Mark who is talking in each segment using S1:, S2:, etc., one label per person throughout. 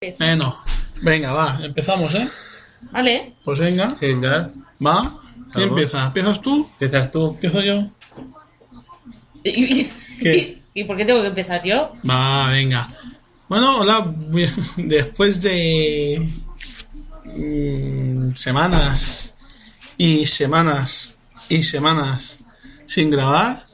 S1: Pues,
S2: Bueno, venga, va, empezamos, ¿eh?
S1: Vale.
S2: Pues venga,
S3: Venga,
S2: va. ¿Quién
S3: Vamos.
S2: empieza? ¿Empiezas tú?
S3: empiezas tú.
S2: ¿Empiezo yo?
S1: ¿Y, y-
S2: ¿Qué?
S1: ¿Y por qué tengo que empezar yo?
S2: Va, venga. Bueno, hola, después de mm, semanas y semanas y semanas sin grabar,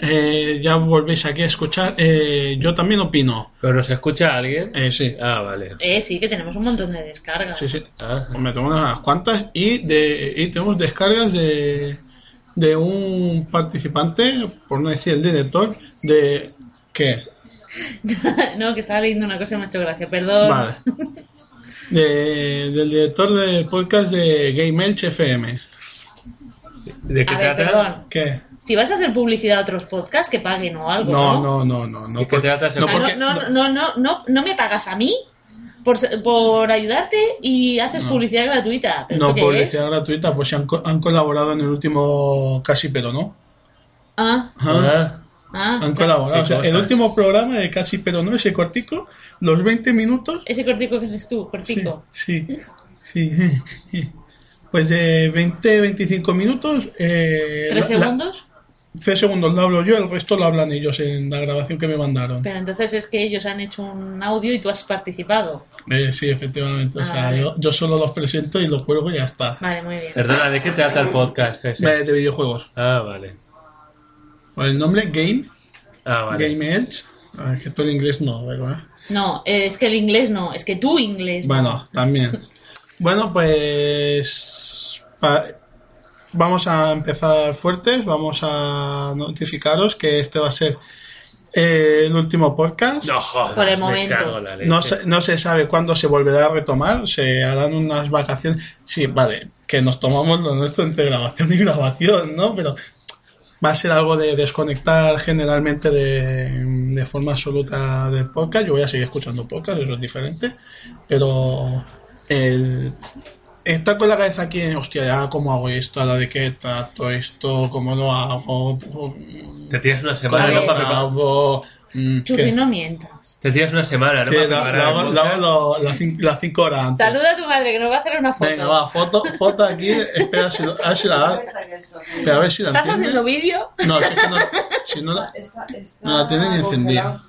S2: eh, ya volvéis aquí a escuchar. Eh, yo también opino.
S3: ¿Pero nos escucha alguien?
S2: Eh, sí,
S3: Ah, vale.
S1: Eh, sí, que tenemos un montón de descargas.
S2: sí, sí.
S3: Ah,
S2: Pues me tengo unas cuantas y, de, y tenemos descargas de, de un participante, por no decir el director, de... ¿Qué?
S1: no, que estaba leyendo una cosa y me ha hecho gracia. Perdón.
S2: Vale. De- del director del podcast de Game Elch FM.
S3: ¿De qué
S1: A ver,
S3: trata?
S1: perdón.
S2: ¿Qué?
S1: Si vas a hacer publicidad a otros podcasts, que paguen o algo.
S2: No, no, no, no. no
S3: ¿Y qué
S2: por-
S3: trata ese
S2: no,
S1: O sea,
S2: porque-
S1: Ah, no, no, no, no, no, no me pagas a mí por, se- por ayudarte y haces publicidad gratuita. ¿Pero
S2: no,
S1: esto qué
S2: publicidad gratuita, pues se han, co- han colaborado en el último Casi Pero No.
S1: es? Ah,
S2: Ajá.
S3: Ah,
S1: ah.
S2: Han
S1: o sea,
S2: colaborado.
S3: Qué
S2: O sea, el
S3: cosa.
S2: último programa de Casi Pero No, ese cortico, los 20 minutos,
S1: Ese cortico que haces tú, cortico.
S2: Sí, sí. sí. Pues de 20, 25 minutos. Eh,
S1: ¿Tres
S2: la- la-
S1: segundos?
S2: tres segundos lo hablo yo, el resto lo hablan ellos en la grabación que me mandaron.
S1: Pero entonces es que ellos han hecho un audio y tú has participado.
S2: Eh, sí, efectivamente. o
S1: Ah,
S2: sea,
S1: vale.
S2: yo, yo solo los presento y los cuelgo y ya está.
S1: Vale, muy bien.
S3: perdona, ¿de qué trata el podcast ese?
S2: Eh, De videojuegos.
S3: Ah, vale.
S2: Con el nombre Game,
S3: Ah, vale.
S2: Game Edge. Ah, es que tú en inglés no, ¿verdad?
S1: No, eh, es que el inglés no, es que tu inglés. no.
S2: Bueno, también. Bueno, pues pa- vamos a empezar fuertes, vamos a notificaros que este va a ser eh, el último podcast.
S3: No jodas,
S1: Por el
S3: me
S1: momento.
S3: cago en la leche.
S2: No se, no se sabe cuándo se volverá a retomar, se harán unas vacaciones. Sí, vale, que nos tomamos lo nuestro entre grabación y grabación, ¿no? Pero va a ser algo de desconectar generalmente de, de forma absoluta del podcast. Yo voy a seguir escuchando podcast, eso es diferente. Pero el estar con la cabeza aquí en, hostia, ya, ¿cómo hago esto? ¿A la de qué trato esto? ¿Cómo lo hago? ¿Cómo
S3: Te tiras una
S2: lo
S3: semana, ¿no? Para preparar-
S2: hago? Mm,
S1: Chufi,
S2: ¿qué?
S1: no mientas.
S3: Te tiras una semana, ¿no?
S2: Sí,
S3: Para
S2: la-
S3: preparar
S2: la
S3: el
S2: hago- la
S3: podcast.
S2: hago lo- las cin- las cinco horas antes.
S1: Saluda a tu madre que nos va a hacer una foto.
S2: Venga, va, foto, foto aquí, espera si, lo- a ver si la Espera, a ver si la
S1: ¿Estás
S2: enciende.
S1: haciendo vídeo?
S2: No, si, es que no, si no, la,
S4: Está, está
S2: no la tiene ni encendida.
S4: congelado.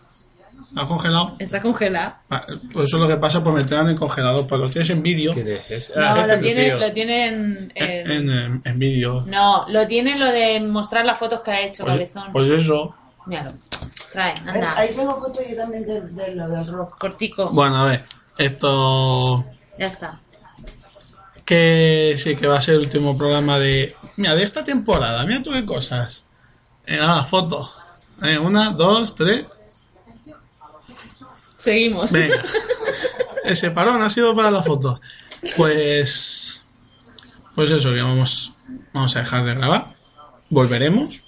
S2: ¿La ha congelado?
S1: Está congelada.
S2: Ah, Pues eso es lo que pasa por meterla en el congelador, pero lo tienes en vídeo. Eh,
S3: ¿Quién es ese?
S1: No,
S3: Ah, este
S1: lo
S3: es tu
S1: tiene,
S3: tío.
S1: lo tiene en, en-
S2: En, en- en vídeo.
S1: No, lo tiene lo de mostrar las fotos que ha hecho,
S2: Pues,
S1: cabezón.
S2: pues eso.
S1: Míralo. Trae,
S4: Es-
S1: anda.
S4: Ahí tengo foto yo también del, del, del rock.
S1: Cortico.
S2: Bueno, a ver, esto...
S1: Ya está.
S2: Que sí, que va a ser el último programa de... Mira, de esta temporada, mira tú qué cosas. Eh, ah, foto. Eh, una, dos, tres...
S1: Seguimos.
S2: Venga. Ese parón ha sido para la foto. Pues. Pues eso, que vamos, vamos a dejar de grabar. Volveremos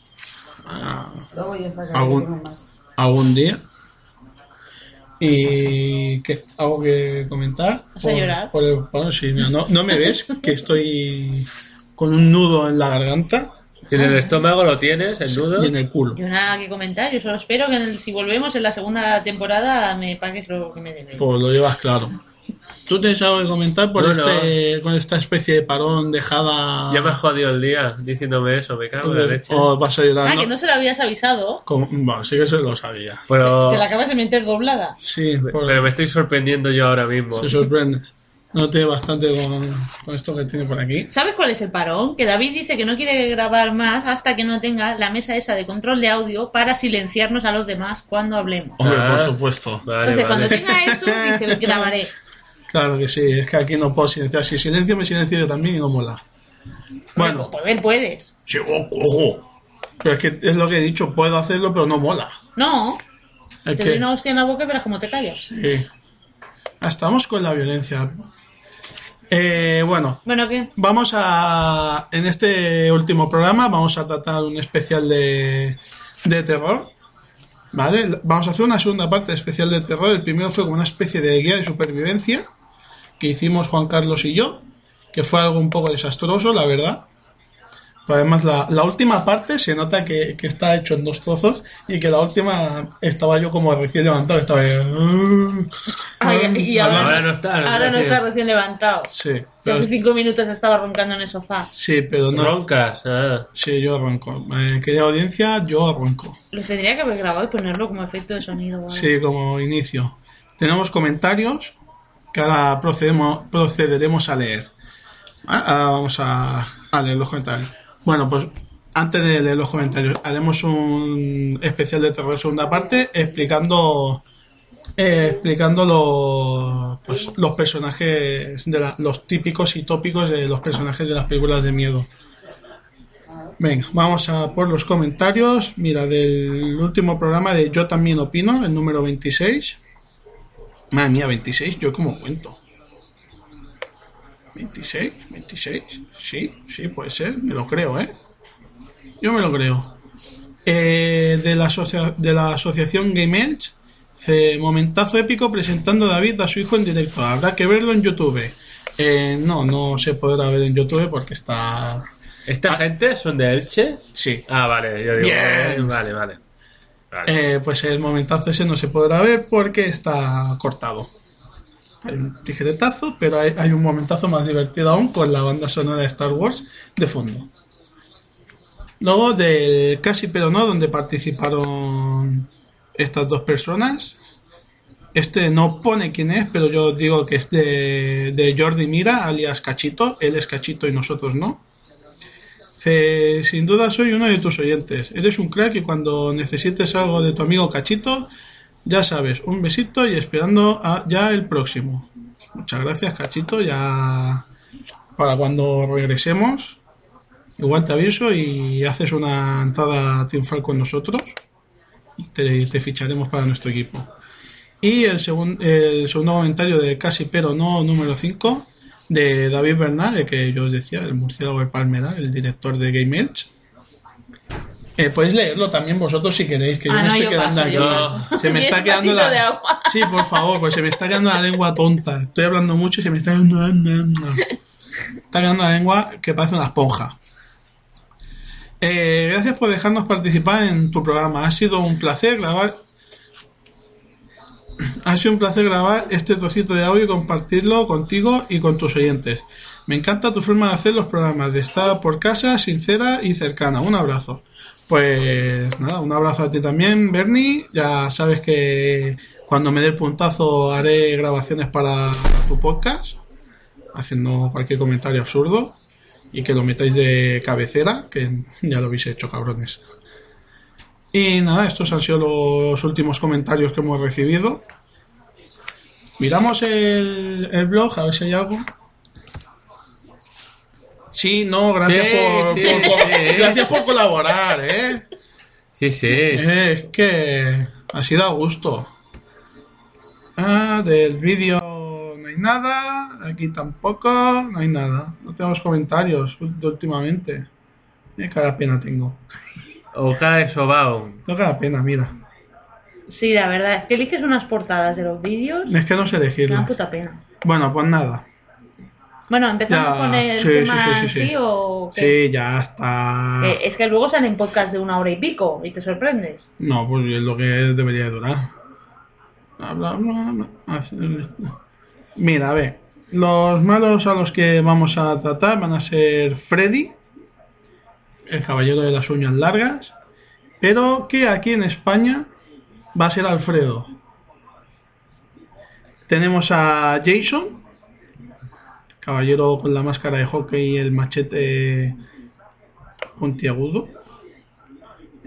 S4: Luego ya sacaré
S2: Algún-
S4: uno más.
S2: algún día. Y. ¿qué? ¿Algo que comentar?
S1: ¿Vas a
S2: Por-
S1: llorar?
S2: por el parón, sí, mira, no, no me ves, que estoy con un nudo en la garganta
S3: ¿Y en el estómago lo tienes, el nudo?
S2: y en el culo.
S1: Yo nada que comentar, yo solo espero que en el- si volvemos en la segunda temporada me pagues lo que me debes.
S2: Pues lo llevas claro. ¿Tú tienes algo que comentar por
S3: No, no.
S2: este, con esta especie de parón dejada?
S3: Ya me has jodido el día diciéndome eso, me cago en la leche.
S2: ¿O vas a llorar?
S1: Ah,
S2: ¿no?
S1: que no se lo habías avisado.
S2: Como- bueno, sí que se lo sabía.
S3: Pero,
S1: Se la acabas de meter doblada.
S2: Sí, por-
S3: pero me estoy sorprendiendo yo ahora mismo.
S2: se sorprende. No tiene bastante con, con esto que tiene por aquí.
S1: ¿Sabes cuál es el parón? Que David dice que no quiere grabar más hasta que no tenga la mesa esa de control de audio para silenciarnos a los demás cuando hablemos.
S2: Hombre,
S3: Ah.
S2: por supuesto.
S3: Vale,
S1: Entonces, Pues cuando
S3: vale.
S1: tenga eso, dice, grabaré.
S2: Claro que sí, es que aquí no puedo silenciar. Si silencio, me silencio yo también y no mola.
S1: Bueno,
S2: Bueno,
S1: poder puedes.
S2: sí, oh, ojo, ojo. Pero es que es lo que he dicho, puedo hacerlo, pero no mola.
S1: No,
S2: Es
S1: te doy
S2: que,
S1: una hostia en la boca y verás cómo te callas.
S2: sí. Ah, Estamos con la violencia. Eh, bueno,
S1: Bueno, ¿qué?
S2: Vamos a. En este último programa vamos a tratar un especial de, de terror. ¿Vale? Vamos a hacer una segunda parte de especial de terror. El primero fue como una especie de guía de supervivencia que hicimos Juan Carlos y yo, que fue algo un poco desastroso, la verdad. Pero además, la, la última parte se nota que, que está hecho en dos trozos y que la última estaba yo como recién levantado. Estaba. ahí,
S5: Ay, y ahora,
S3: Ah, Ahora no está, no está,
S5: ahora no
S3: tío.
S5: está recién levantado.
S2: Sí,
S5: Si
S2: pero,
S5: hace cinco minutos estaba roncando en el sofá.
S2: sí, pero no.
S3: Roncas. ah.
S2: Sí, yo ronco. Eh, querida audiencia, yo ronco.
S5: Lo tendría que haber grabado y ponerlo como efecto de sonido. o algo.
S2: Sí, como inicio. Tenemos comentarios que ahora procedemos, procederemos a leer. Ah, ahora vamos a, a leer los comentarios. Bueno, pues antes de leer los comentarios, haremos un especial de terror segunda parte explicando eh, explicando los, pues, los personajes, de la- los típicos y tópicos de los personajes de las películas de miedo. Venga, vamos a por los comentarios. Mira, del último programa de Yo también opino, el número 26. Madre mía, 26, yo como cuento. 26, 26, sí, sí, puede ser, me lo creo, ¿eh? Yo me lo creo. Eh, de, la asocia- de la asociación Game Edge, dice, momentazo épico presentando a David a su hijo en directo. Habrá que verlo en YouTube. Eh, no, no se podrá ver en YouTube porque está... Ah.
S3: ¿Esta gente son de Elche?
S2: Sí,
S3: Ah, vale, yo digo. eh,
S2: Bien.
S3: Vale, vale. Vale.
S2: Eh, pues el momentazo ese no se podrá ver porque está cortado. Hay un tijeretazo, pero hay, hay un momentazo más divertido aún con la banda sonora de Star Wars de fondo. Luego del Casi pero no, donde participaron estas dos personas. Este no pone quién es, pero yo digo que es de, de Jordi Mira, alias Cachito. Él es Cachito y nosotros no. Dice, Eh, sin duda soy uno de tus oyentes. Eres un crack y cuando necesites algo de tu amigo Cachito, ya sabes, un besito y esperando a- ya el próximo. Muchas gracias, Cachito. Ya para cuando regresemos, igual te aviso y haces una entrada triunfal con nosotros y te, te ficharemos para nuestro equipo. Y el, segun- el segundo comentario de Casi Pero No, número 5, de David Bernal, el que yo os decía, el murciélago de Palmeral, el director de Game Edge. Eh, podéis leerlo también vosotros si queréis, que yo
S5: Ah,
S2: me
S5: no,
S2: estoy
S5: yo
S2: quedando
S5: paso,
S2: aquí.
S5: yo
S3: paso.
S2: Se me
S5: Y
S2: está
S5: ese
S2: quedando
S5: vasito de
S2: la.
S5: agua.
S2: Sí, por favor, pues se me está quedando la lengua tonta. Estoy hablando mucho y se me está quedando. Está quedando la lengua que parece una esponja. Eh, gracias por dejarnos participar en tu programa. Ha sido un placer grabar. Ha sido un placer grabar este trocito de audio y compartirlo contigo y con tus oyentes. Me encanta tu forma de hacer los programas, de estar por casa, sincera y cercana. Un abrazo. Pues nada, un abrazo a ti también, Bernie. Ya sabes que cuando me dé el puntazo haré grabaciones para tu podcast, haciendo cualquier comentario absurdo y que lo metáis de cabecera, que ya lo habéis hecho, cabrones. Y nada, estos han sido los últimos comentarios que hemos recibido. Miramos el, el blog, a ver si hay algo. Sí, no, gracias,
S3: Sí,
S2: por,
S3: sí,
S2: por- por-
S3: sí.
S2: gracias por colaborar, ¿eh?
S3: Sí, sí.
S2: Eh, es que así da gusto. Ah, del vídeo no hay nada, aquí tampoco, no hay nada. No tenemos comentarios de últimamente. Qué cara pena tengo.
S3: Oca de Sobao.
S2: No cara pena, mira.
S5: Sí, la verdad es que eliges unas portadas de los vídeos.
S2: Es que no sé
S5: Me da
S2: elegirlo.
S5: Ah, puta pena.
S2: Bueno, pues nada.
S5: Bueno, empezamos
S2: Ya,
S5: con el
S2: sí, sí,
S5: tema
S2: sí, sí, sí.
S5: en sí o qué?
S2: Sí, ya está.
S5: Eh, es que luego salen podcasts de una hora y pico y te sorprendes.
S2: No, pues es lo que debería durar. Bla, bla, bla, bla. Así, listo. Mira, a ver. Los malos a los que vamos a tratar van a ser Freddy, el caballero de las uñas largas, pero que aquí en España va a ser Alfredo. Tenemos a Jason, caballero con la máscara de hockey y el machete puntiagudo.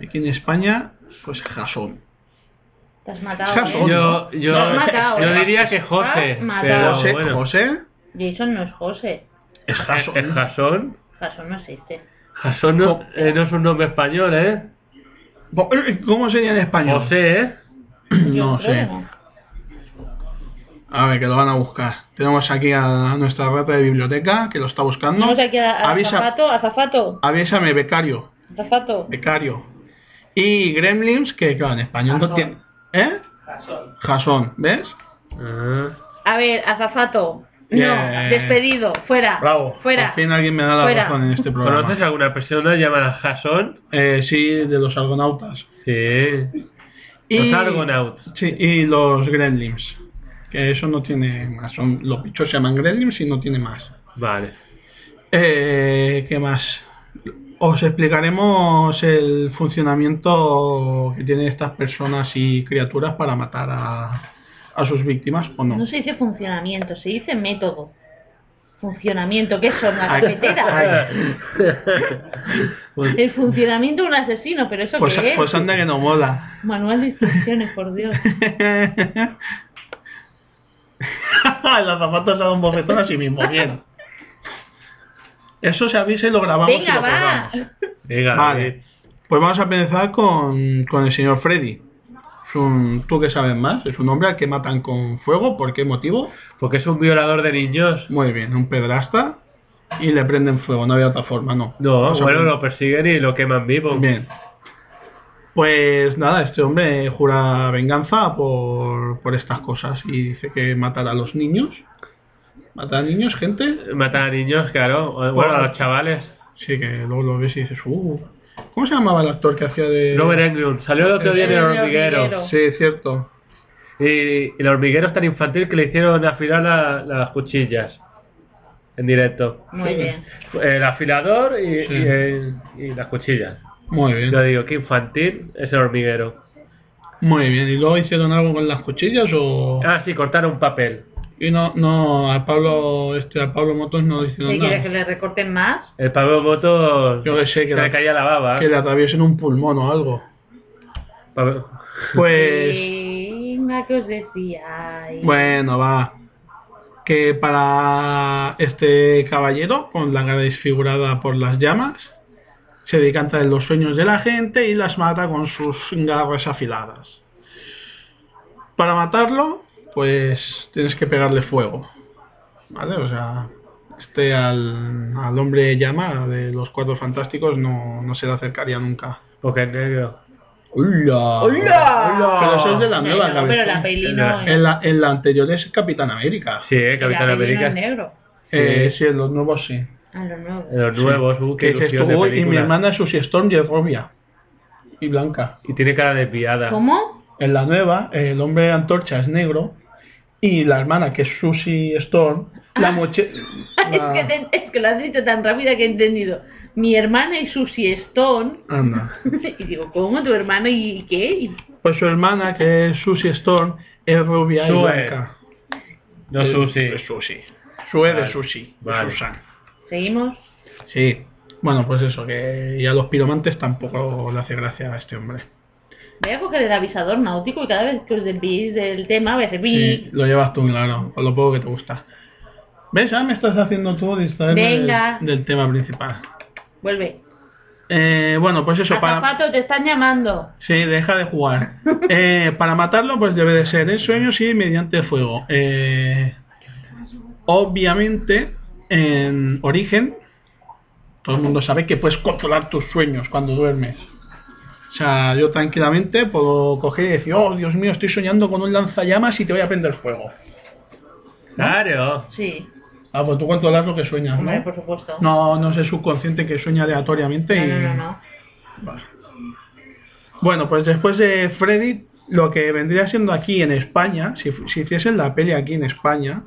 S2: Aquí en España, pues Jason.
S5: Te has matado.
S2: Jason.
S5: ¿eh?
S3: Yo, yo,
S5: Lo has matado,
S3: yo
S5: ¿eh?
S3: diría que Jorge,
S5: Has matado.
S3: pero
S2: José,
S3: bueno.
S2: José
S5: Jason no es José.
S2: es
S3: Eh,
S2: Jason.
S3: Jasón.
S5: Jason no existe.
S3: Jasón no, eh, no es un nombre español, ¿eh?
S2: Bo- eh, ¿Cómo sería en español?
S3: José, ¿eh?
S5: Yo
S2: No
S5: creo que
S2: sé.
S5: no.
S2: A ver, que lo van a buscar. Tenemos aquí a nuestra rata de biblioteca que lo está buscando.
S5: Vamos aquí a, a
S2: Avisa-
S5: Azafato, Azafato,
S2: Avísame, becario.
S5: Azafato.
S2: Becario. Y Gremlins, que claro, en español no
S6: Jason.
S2: tiene. ¿Eh? Jason, ¿ves?
S3: Ah,
S5: A ver, Azafato. No, despedido, fuera.
S2: Bravo.
S5: Fuera.
S2: Por fin alguien me da la
S5: Fuera.
S2: razón en este programa.
S3: ¿Conoces alguna persona llamada Jason?
S2: Eh, sí, de los argonautas.
S3: Sí.
S2: Y-
S3: Los Argonauts.
S2: Sí, y los gremlins. Que eso no tiene más. Son, los bichos se llaman gremlins y no tiene más.
S3: Vale.
S2: Eh, ¿Qué más? Os explicaremos el funcionamiento que tienen estas personas y criaturas para matar a, a sus víctimas o no.
S5: No se dice funcionamiento, se dice método. Funcionamiento, ¿qué son? La
S2: Ay,
S5: cafetera.
S2: ay,
S5: El funcionamiento de un asesino, pero eso
S2: pues,
S5: qué es.
S2: pues anda que no mola.
S5: Manual de instrucciones, por Dios.
S2: El zapatos ha dado un bofetón a sí mismo, bien. Eso se avisa y lo grabamos y
S5: Venga,
S2: lo
S5: va.
S2: colgamos.
S3: Venga, eh,
S2: Vale. Pues vamos a empezar con, con el señor Freddy. Es un, tú que sabes más, es un hombre al que matan con fuego, ¿por qué motivo?
S3: Porque es un violador de niños.
S2: Muy bien, un pedrasta y le prenden fuego, no había otra forma, no.
S3: No,
S2: O sea,
S3: bueno, lo persiguen y lo queman vivo.
S2: Bien. Pues nada, este hombre jura venganza por, por estas cosas y dice que matará a los niños. ¿Matar a niños, gente?
S3: Matan a niños, claro. o- Bueno, a los chavales.
S2: Sí, que luego lo ves y dices, uh, ¿cómo se llamaba el actor que hacía de...?
S3: Robert E. Englund. Salió el otro día en el
S5: El
S3: hormiguero.
S5: hormiguero.
S2: Sí, cierto.
S3: Y, y el hormiguero es tan infantil que le hicieron afilar la- las cuchillas. En directo.
S5: Muy bien.
S3: El afilador y,
S2: Sí.
S3: y el- y las cuchillas.
S2: Muy bien.
S3: Yo digo, qué infantil es el hormiguero.
S2: Muy bien, ¿y luego hicieron algo con las cuchillas o...?
S3: Ah, sí, cortaron un papel.
S2: Y no, no, a Pablo, este, a Pablo Motos no le hicieron
S5: ¿Qué quieres que
S2: nada.
S5: le recorten más?
S3: El Pablo Motos
S2: Yo que sé, que,
S3: se le
S2: la-
S3: caía la baba.
S2: que le atraviesen un pulmón o algo.
S3: Pablo-
S2: Pues,
S5: Venga, que os decía. Ay.
S2: bueno, va. Que para este caballero, con la cara desfigurada por las llamas, se decanta de los sueños de la gente y las mata con sus garras afiladas. Para matarlo, pues tienes que pegarle fuego. ¿Vale? O sea, este al, al hombre llama de los cuatro fantásticos no, no se le acercaría nunca.
S3: Porque es negro.
S2: ¡Hola!
S3: ¡Hola!
S2: Pero eso es de la
S5: No,
S2: nueva
S5: no, pero
S2: cabezón.
S5: la peli
S3: En
S5: no
S3: la-
S5: es.
S2: En la, en la anterior es Capitán América.
S3: Sí, eh,
S5: la peli
S3: Capitán
S5: no
S3: América.
S5: es negro.
S2: Eh, sí, en los nuevos sí.
S5: A lo nuevo.
S2: Eh,
S3: En los nuevos, uh, qué
S2: Que dices
S3: ilusión
S2: tú,
S3: de
S2: "Uy, y mi
S3: película".
S2: hermana es Susie Storm y es rubia. Y blanca.
S3: Y tiene cara desviada.
S5: ¿Cómo?
S2: En la nueva, el hombre antorcha es negro y la hermana, que es Susie Storm, la moche...
S5: Ah. Es
S2: la-
S5: que, te- es que lo has dicho tan rápida que he entendido. Mi hermana y Susie Stone.
S2: Anda.
S5: y digo, ¿cómo tu hermano y, y qué? Y-
S2: Pues su hermana, que es Susie Storm, es rubia y
S3: Sue.
S2: blanca.
S3: No,
S2: Eh,
S3: Susi.
S2: Es Susie. Sue de
S3: Vale.
S2: Susie. de
S3: Vale.
S2: Susan.
S5: Seguimos.
S2: Sí. Bueno, pues eso, que y a los piromantes tampoco le hace gracia a este hombre.
S5: Voy a coger el avisador náutico y cada vez que os desviéis del tema, voy a hacer pi.
S2: Sí, lo llevas tú, claro, con lo poco que te gusta. ¿Ves? Ah, me estás haciendo tú distraerme
S5: Venga.
S2: del, del tema principal.
S5: Vuelve.
S2: Eh, bueno, pues eso, para...
S5: Azafato, te están llamando.
S2: Sí, deja de jugar. Eh, para matarlo, pues debe de ser en sueños y mediante fuego. Eh, obviamente, en origen, todo el mundo sabe que puedes controlar tus sueños cuando duermes. O sea, yo tranquilamente puedo coger y decir, oh, Dios mío, estoy soñando con un lanzallamas y te voy a prender fuego.
S3: Claro.
S5: Sí.
S2: Ah, pues tú controlas lo que sueñas,
S5: Hombre,
S2: ¿no?
S5: por supuesto.
S2: No, no es el subconsciente que sueña aleatoriamente
S5: no,
S2: y...
S5: no, no, no.
S2: Vale. Bueno, pues después de Freddy, lo que vendría siendo aquí en España, si, fu- si hiciesen la peli aquí en España,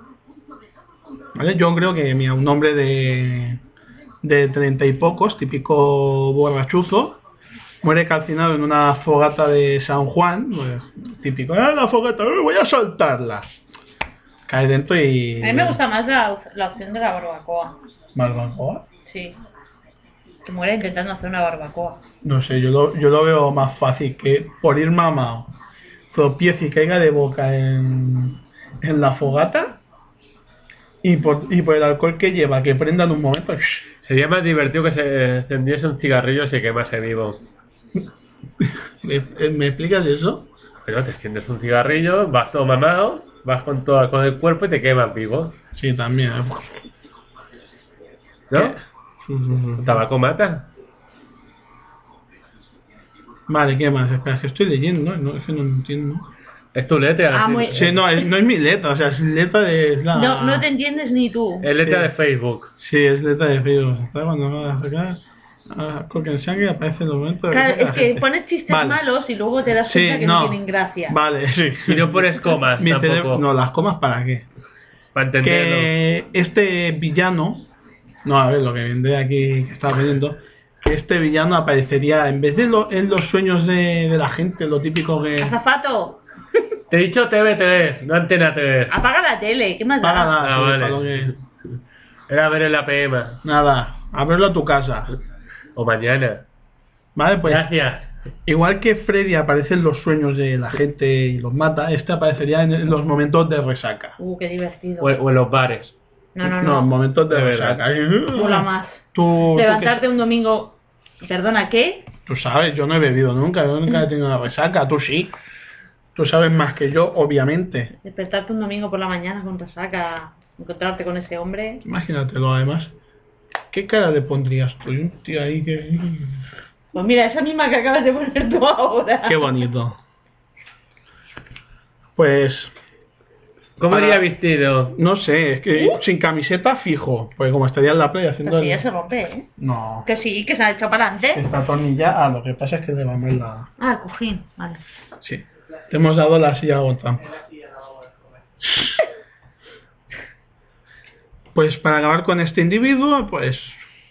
S2: ¿vale? Yo creo que, mira, un hombre de de treinta y pocos, típico borrachuzo, muere calcinado en una fogata de San Juan, pues, típico, ¡ah, la fogata! ¡eh, voy a soltarla! Cae dentro y...
S5: A mí me gusta más la, op- la opción de la barbacoa.
S2: ¿Barbacoa?
S5: Sí. Que muere intentando hacer una barbacoa.
S2: No sé, yo lo, yo lo veo más fácil que por ir mamado, tropiece y caiga de boca en, en la fogata y por, y por el alcohol que lleva, que prenda en un momento.
S3: Sería más divertido que se encendiese un cigarrillo y se quemase vivo.
S2: ¿Me, eh, me explicas eso?
S3: Pero te enciendes un cigarrillo, vas todo mamado, vas con todo con el cuerpo y te quemas vivo.
S2: Sí, también.
S3: ¿No?
S2: ¿eh?
S3: ¿Un tabaco mata?
S2: ¿eh? Vale, ¿qué más? Espera, es que estoy leyendo, no, es que no entiendo.
S3: Es tu letra.
S1: Ah,
S3: sí.
S1: muy-
S2: Sí, no, es- no es mi letra, o sea, es letra de... es la-
S1: No, no te entiendes ni tú.
S3: Es letra
S2: Sí.
S3: de Facebook.
S2: Sí, es letra de Facebook. Está Cuando me vas a sacar a Coquen Sangre aparece el momento de...
S1: Claro,
S2: la
S1: es que
S2: gente.
S1: pones chistes
S2: eh, Vale.
S1: malos y luego te das
S2: Sí,
S1: cuenta que no.
S2: no.
S1: tienen gracia.
S2: Vale, sí.
S3: Y no pones comas
S2: Mi
S3: tampoco.
S2: cerebro- No, las comas para qué.
S3: Para entenderlo.
S2: que este villano, no, a ver, lo que vendré aquí, que estaba viendo, que este villano aparecería en vez de lo- en los sueños de, de la gente, lo típico que...
S1: Azafato,
S3: Te he dicho TVTV, no Antena TV.
S1: apaga la tele, ¿qué más da?
S2: Paga la-
S3: Ah,
S2: sí,
S3: vale.
S2: para lo que-
S3: Era ver el APM.
S2: nada, abrirlo a tu casa.
S3: O mañana.
S2: Vale, pues
S3: Gracias.
S2: igual que Freddy aparece en los sueños de la gente y los mata, este aparecería en, en los momentos de resaca.
S1: Uh, qué divertido.
S3: O, o en los bares.
S1: no, no,
S2: Pues, No,
S1: no.
S2: momentos de
S3: De
S2: resaca.
S1: Mola más.
S2: Tú, tú que-
S1: Levantarte un domingo. Perdona, ¿qué?
S2: Tú sabes, yo no he bebido nunca, yo nunca he tenido una resaca, tú sí. Tú sabes más que yo, obviamente.
S1: Despertarte un domingo por la mañana con resaca, encontrarte con ese hombre.
S2: Imagínatelo, además. ¿Qué cara le pondrías tú? Y un tío ahí que...
S1: Pues mira, esa misma que acabas de poner tú ahora.
S2: Qué bonito. Pues,
S3: ¿Cómo
S2: Para-
S3: iría vestido? ¿Uh?
S2: no sé, es que sin camiseta fijo, porque como estaría en la playa haciendo...
S1: Pero si
S2: el-
S1: Pues ya se rompe, ¿eh?
S2: No,
S1: Que sí, que se ha hecho para adelante.
S2: está atornillada, lo que pasa es que le vamos la...
S1: Ah, el cojín, vale.
S2: Sí, te hemos dado la silla con trampa. Pues para acabar con este individuo, pues,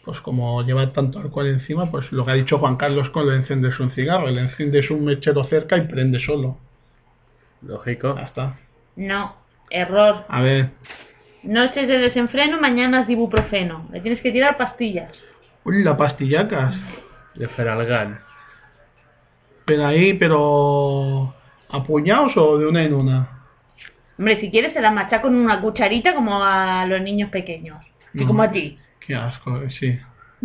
S2: pues como lleva tanto alcohol encima, pues lo que ha dicho Juan Carlos con le encendes un cigarro, le enciendes un mechero cerca y prende solo.
S3: Lógico.
S2: Ya está.
S1: No, error.
S2: A ver,
S1: Noches de desenfreno, mañanas de ibuprofeno. Le tienes que tirar pastillas.
S2: uy, la pastillacas.
S3: De Feralgan.
S2: Pero ahí, pero apuñados o de una en una.
S1: Hombre, si quieres se las machaca con una cucharita como a los niños pequeños. Y
S2: No.
S1: como a ti.
S2: Qué asco, eh, sí.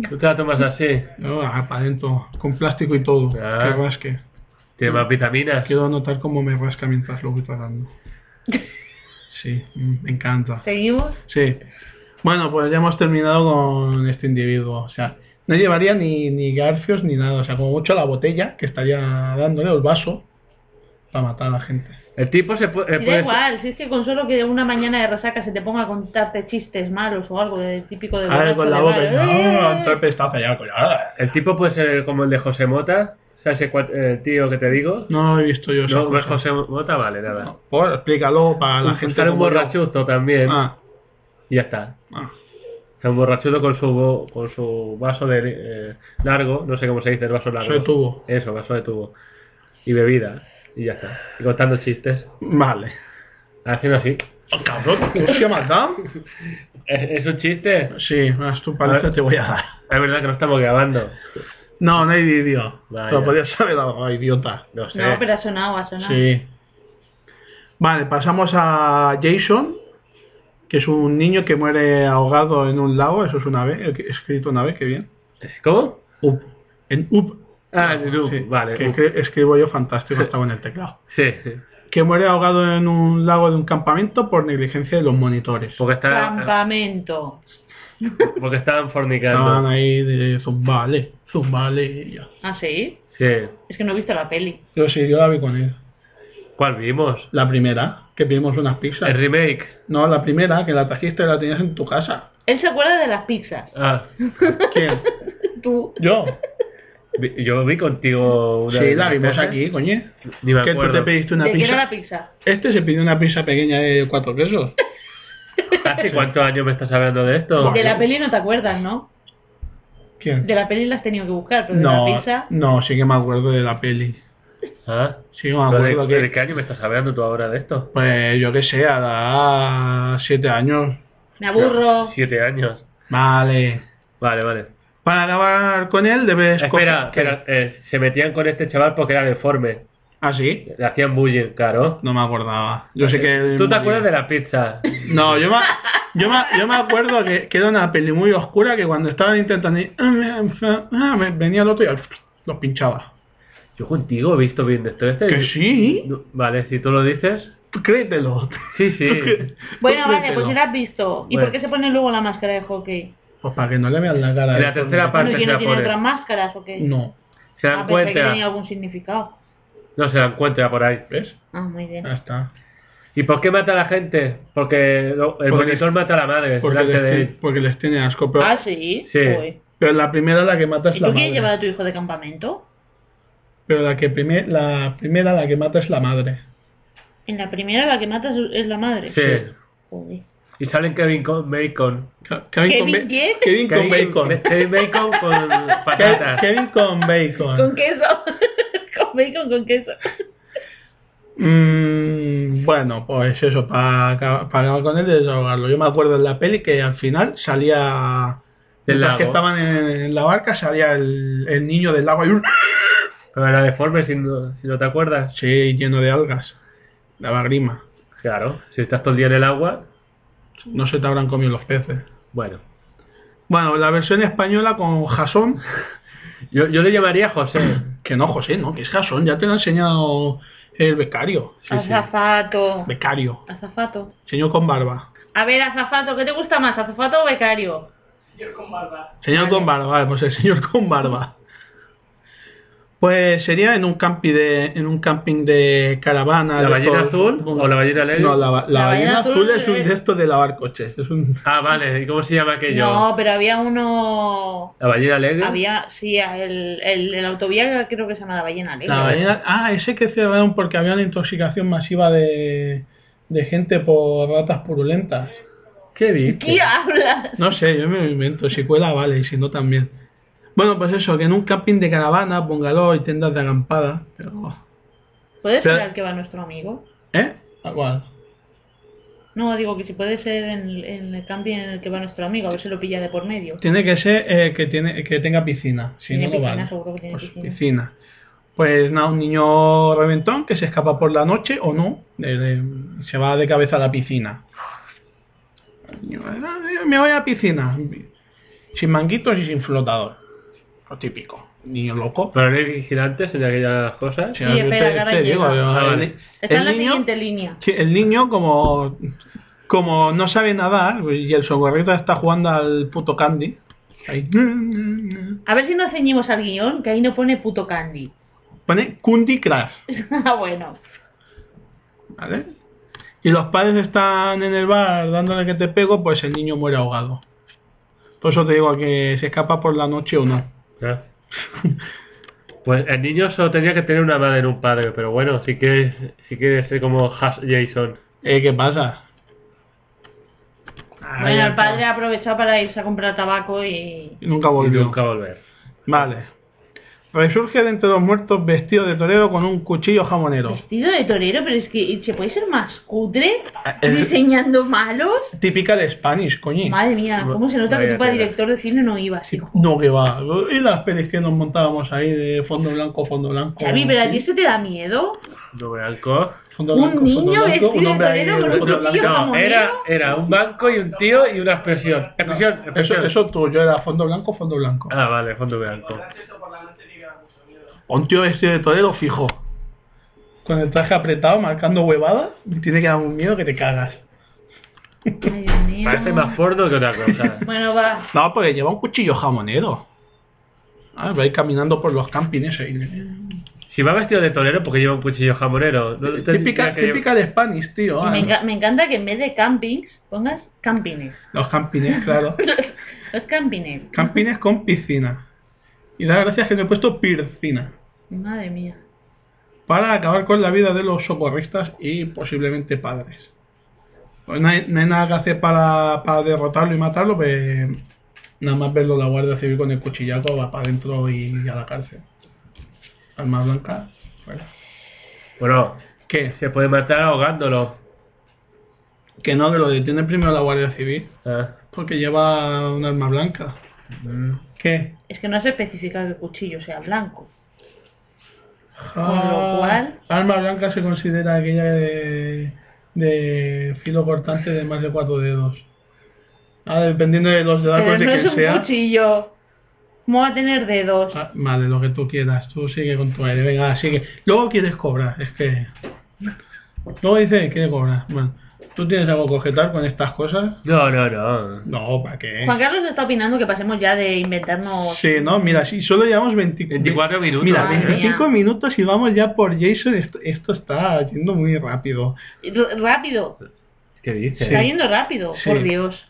S3: ¿Tú te la tomas así?
S2: Yo aparento, con plástico y todo.
S3: Ah.
S2: Qué rasque.
S3: ¿Tiene más vitaminas?
S2: Quiero anotar cómo me rasca mientras lo voy tragando. Sí, mm, me encanta.
S1: Seguimos.
S2: Sí. Bueno, pues ya hemos terminado con este individuo. O sea, no llevaría ni, ni garfios ni nada. O sea, como mucho la botella que estaría dándole o el vaso para matar a la gente.
S3: El tipo se puede... eh,
S1: Si da
S2: pues,
S3: puede-
S1: igual, si es que con solo que una mañana de resaca se te ponga a contarte chistes malos o algo de típico de...
S2: Ah,
S1: borracho
S2: con la
S1: de
S2: boca.
S1: bar.
S2: No, el
S1: ¡Eh!
S2: Pepe está fallado con la-
S3: Ah, El tipo puede ser como el de José Mota. ¿Sabes el cua- el tío que te digo?
S2: No he visto yo esa
S3: No, no es
S2: cosa.
S3: José Mota, vale, nada.
S2: Por, explícalo para la gente.
S3: Era un
S2: como yo.
S3: borrachuzo también.
S2: Ah,
S3: Y ya está.
S2: ah.
S3: Era un borrachuzo con su, bo- con su vaso de, eh, largo, no sé cómo se dice el vaso largo.
S2: Vaso de tubo.
S3: Eso, vaso de tubo. Y bebida. Y ya está. Y contando chistes.
S2: Vale.
S3: Haciendo así.
S2: Oh, Cabrón, ¿tú sí has matado?
S3: ¿Es, es un chiste?
S2: Sí, más tu
S3: A
S2: paliza
S3: ver.
S2: te voy a dar.
S3: Es verdad que no estamos grabando.
S2: No, no hay vídeo.
S3: Vaya.
S2: Pero podías haber algo, idiota.
S3: No sé.
S1: No, pero ha sonado, ha sonado.
S2: Sí. Vale, pasamos a Jason, que es un niño que muere ahogado en un lago. Eso es una vez, eh, que- escrito una vez, qué bien.
S3: Eh, ¿Cómo?
S2: Up. En Up.
S3: Ah, no,
S2: Sí,
S3: vale.
S2: que
S3: uh,
S2: escri- escribo yo fantástico, estaba en el teclado.
S3: Sí, sí.
S2: Que muere ahogado en un lago de un campamento por negligencia de los monitores.
S3: Porque está,
S1: Campamento.
S3: porque estaban
S2: Estaban
S3: fornicando.
S2: ahí de zumbale, zumbale. y ya.
S1: ¿Ah, sí?
S3: Sí.
S1: Es que no he visto la peli.
S2: Yo sí, yo la vi con él.
S3: ¿Cuál vimos?
S2: La primera, que pedimos unas pizzas.
S3: El remake.
S2: No, la primera, que la trajiste la tenías en tu casa.
S1: Él se acuerda de las pizzas.
S3: Ah,
S2: ¿Quién?
S1: Tú.
S2: Yo.
S3: vi- yo vi contigo una
S2: Sí,
S3: vez
S2: la
S3: en
S2: vimos
S3: casa.
S2: aquí, coñe.
S3: Ni me
S2: Que tú te
S3: acuerdo.
S2: pediste una
S1: ¿De qué era
S2: pizza.
S1: la pizza?
S2: Este se pidió una pizza pequeña de cuatro quesos.
S3: ¿Hace cuántos años me estás hablando de esto?
S1: De la peli no te acuerdas, ¿no?
S2: ¿Quién?
S1: De la peli la has tenido que buscar, pero
S2: No,
S1: de la pizza...
S2: no, sí que me acuerdo de la peli.
S3: ¿Ah?
S2: Sí que me
S3: ¿Pero
S2: acuerdo
S3: de, de
S2: que...
S3: qué año me estás hablando tú ahora de esto?
S2: Pues yo que sé, a siete años.
S1: Me aburro.
S3: Siete años.
S2: Vale.
S3: Vale, vale.
S2: Para acabar con él debes...
S3: Espera,
S2: coger-
S3: espera. eh, se metían con este chaval porque era deforme.
S2: ¿Ah, sí?
S3: Le hacían bullying, claro.
S2: No me acordaba. Yo sé que... él
S3: Eh, ¿Tú te
S2: moría.
S3: acuerdas de la pizza?
S2: No, yo me, yo me, yo me acuerdo que, que era una peli muy oscura que cuando estaban intentando ir, ah, venía el otro y los pinchaba.
S3: Yo contigo he visto bien de esto. Este
S2: Que sí,
S3: No, Vale, si tú lo dices.
S2: tú créetelo.
S3: Sí, sí.
S1: Bueno,
S2: Tú
S1: vale,
S2: créetelo.
S1: pues si la has visto. ¿Y
S3: Bueno.
S1: por qué se pone luego la máscara de hockey?
S2: Pues para que no le vean la cara.
S3: En la tercera
S1: Bueno,
S3: parte
S1: ¿y
S3: se
S1: no
S3: la
S1: tiene
S3: pone.
S1: otras máscaras o qué?
S2: No.
S3: Se
S1: Ah,
S3: dan
S1: pensé que
S3: cuenta.
S1: tenía algún significado.
S3: No se la encuentra por ahí, ¿ves?
S5: Ah, muy bien.
S2: Ya está.
S3: ¿Y por qué mata a la gente? Porque lo- el
S2: Porque-
S3: monitor mata a la madre.
S2: Porque
S3: delante de
S2: les,
S3: él.
S2: porque les tiene asco. Pero,
S1: Ah, sí.
S3: Sí.
S1: Joder.
S2: pero la primera, la que mata es
S1: ¿Y
S2: la
S1: tú
S2: madre.
S1: quieres llevar a tu hijo de campamento?
S2: Pero la, que primer, la primera, la que mata es la madre.
S1: En la primera la que mata es- es la madre.
S3: Sí.
S1: Joder.
S3: Y salen Kevin con bacon.
S2: Ca- Kevin con,
S1: Kevin,
S2: ba-
S1: ¿quién?
S2: Kevin con bacon.
S3: Be- Kevin bacon con
S2: Ke-
S3: patatas.
S2: Kevin con
S1: Con
S2: bacon.
S1: queso. con bacon con queso.
S2: Mm, bueno, pues eso, para acabar con él y desahogarlo. Yo me acuerdo en la peli que al final salía...
S3: Del
S2: mientras que
S3: lago.
S2: estaban en, en la barca salía el, el niño del lago y un...
S3: Pero era deforme, si no, si no te acuerdas.
S2: Sí, lleno de algas. Daba grima.
S3: Claro, si estás todo el día en el agua,
S2: No se te habrán comido los peces.
S3: bueno.
S2: Bueno, la versión española con Jason,
S3: Yo, yo le llamaría José.
S2: que no, José, no, que es Jason, ya te lo ha enseñado el becario. Sí,
S1: Ah,
S2: sí.
S1: Azafato.
S2: Becario,
S1: Azafato.
S2: señor con barba.
S1: A ver, azafato, ¿qué te gusta más, azafato o becario?
S2: Señor
S1: Vale.
S2: con barba, vale, pues el señor con barba. Pues sería en un camping de, en un camping de caravana. de
S3: ¿La ballena
S2: estos-
S3: azul o la ballena leve?
S2: No, la, ba- la
S1: La
S2: ballena
S1: ballena
S2: azul
S1: azul
S2: es un
S1: es-
S2: de estos de lavar coches. Es un...
S3: Ah, vale. ¿Y cómo se llama aquello?
S1: No, pero había uno...
S3: ¿La ballena alegre?
S1: Había, sí, el, el, el autovía creo que se llama la ballena alegre.
S2: La ballena- ah, ese que cerraron porque había una intoxicación masiva de, de gente por ratas purulentas.
S3: ¿Qué dices?
S1: ¿Qué hablas?
S2: No sé, yo me lo invento. Si cuela, vale, y si no, también. Bueno, pues eso, que en un camping de caravana, bungalow y tiendas de acampada. Pero,
S1: ¿Puede
S2: Pero-
S1: ser al que va nuestro amigo?
S2: ¿Eh? Tal cual.
S1: No, digo que si puede ser en, el- en el camping en el que va nuestro amigo, a ver si lo pilla de por medio.
S2: Tiene que ser eh, que, tiene, que tenga piscina. Si
S1: Tiene
S2: no, no
S1: piscina,
S2: vale.
S1: seguro que tiene
S2: Pues
S1: piscina.
S2: piscina. Pues nada, un niño reventón que se escapa por la noche o no, de- de- se va de cabeza a la piscina. El niño, "Ah, Me voy a la piscina, sin manguitos y sin flotador. Lo típico, niño loco.
S3: ¿Pero no hay vigilantes en aquellas cosas?
S2: Si no, yo
S1: espera,
S2: te-
S1: que ahora
S2: te
S1: llega.
S2: digo, yo-
S3: Ah, vale.
S2: el-
S1: Está en
S2: el
S1: la
S2: niño-
S1: siguiente línea.
S2: Sí, el niño como como no sabe nadar pues, y el socorrito está jugando al puto candy. Ahí.
S1: A ver si nos ceñimos al guión, que ahí no pone puto candy.
S2: Pone Candy Crush,
S1: Ah, bueno.
S2: ¿vale? Y los padres están en el bar dándole que te pego, pues el niño muere ahogado. Por eso te digo que se escapa por la noche o no.
S3: Ah. Pues el niño solo tenía que tener una madre y un padre, pero bueno, si quieres, si quieres ser como Has- Jason.
S2: Eh, ¿Qué pasa? Ah,
S1: bueno,
S2: ya
S1: el
S2: está.
S1: padre aprovechó para irse a comprar tabaco y...
S2: Y nunca
S3: Y
S2: volvió.
S3: nunca volver.
S2: Vale. Resurge de entre los muertos vestido de torero con un cuchillo jamonero.
S1: Vestido de torero, pero es que se puede ser más cutre
S2: Ah, es-
S1: diseñando malos.
S2: Típica de Spanish, coñí.
S1: Madre mía, cómo se nota que
S3: Vaya
S1: tú para
S3: tela.
S1: director de cine no ibas, hijo.
S2: No, que va. Y las pelis que nos montábamos ahí de fondo blanco, fondo blanco.
S1: Xavi, pero a ti
S2: ¿sí?
S1: esto te da miedo.
S3: No blanco.
S2: Fondo
S1: un
S2: blanco, fondo
S1: niño
S2: blanco,
S1: vestido de
S2: hombre ahí,
S1: torero con un
S2: fondo
S1: cuchillo
S2: blanco.
S3: No,
S1: jamonero.
S3: era, era un banco y un tío y una expresión. Expresión,
S2: Eso,
S3: expresión.
S2: eso tú, yo era fondo blanco, fondo blanco.
S3: Ah, vale, fondo blanco.
S2: Un tío vestido de torero fijo. Con el traje apretado, marcando huevadas. y Tiene que dar un miedo que te cagas.
S1: Ay, Dios mío.
S3: Parece más forno que otra cosa.
S1: Bueno, va.
S2: No, porque lleva un cuchillo jamonero. Ah, va a ir caminando por los campings ahí. ¿eh?
S3: Si va vestido de torero, porque lleva un cuchillo jamonero? No tendría
S2: Típica,
S3: que llevar-
S2: típica de Spanish, tío.
S1: Y
S2: Ah,
S1: me, enca- me encanta que en vez de campings pongas campines.
S2: Los campines, claro.
S1: Los campines.
S2: Campines con piscina. Y la gracia es que le he puesto piscina.
S1: Madre mía.
S2: Para acabar con la vida de los socorristas y posiblemente padres. Pues no hay, no hay nada que hacer para, para derrotarlo y matarlo, pues nada más verlo la Guardia Civil con el cuchillaco va para adentro y a la cárcel. Arma blanca, fuera.
S3: Bueno,
S2: ¿Qué?
S3: se puede matar ahogándolo.
S2: Que no, que lo detiene primero la Guardia Civil,
S3: Ah,
S2: porque lleva un arma blanca.
S3: mm.
S2: ¿Qué?
S1: Es que no se especifica que el cuchillo sea blanco. Con lo cual-
S2: Arma Ah, blanca se considera aquella de, de filo cortante de más de cuatro dedos. Ah, dependiendo de los
S1: Pero
S2: dedos pues de
S1: no es
S2: que
S1: un
S2: sea.
S1: cuchillo. ¿Cómo va a tener dedos?
S2: Ah, vale, lo que tú quieras. Tú sigue con tu aire. Venga, sigue. Luego quieres cobrar. Es que. Luego dice que quiere cobrar. Bueno. ¿Tú tienes algo que objetar con estas cosas?
S3: No, no, no.
S2: No, ¿para qué?
S1: Juan Carlos está opinando que pasemos ya de inventarnos.
S2: Sí, no, mira, sí, solo llevamos 20
S3: 24 minutos.
S2: Mira,
S1: Madre
S2: 25
S1: mía.
S2: minutos y vamos ya por Jason. Esto, esto está yendo muy rápido.
S1: R- rápido.
S3: ¿Qué dices?
S1: Está yendo rápido,
S2: Sí.
S1: por Dios.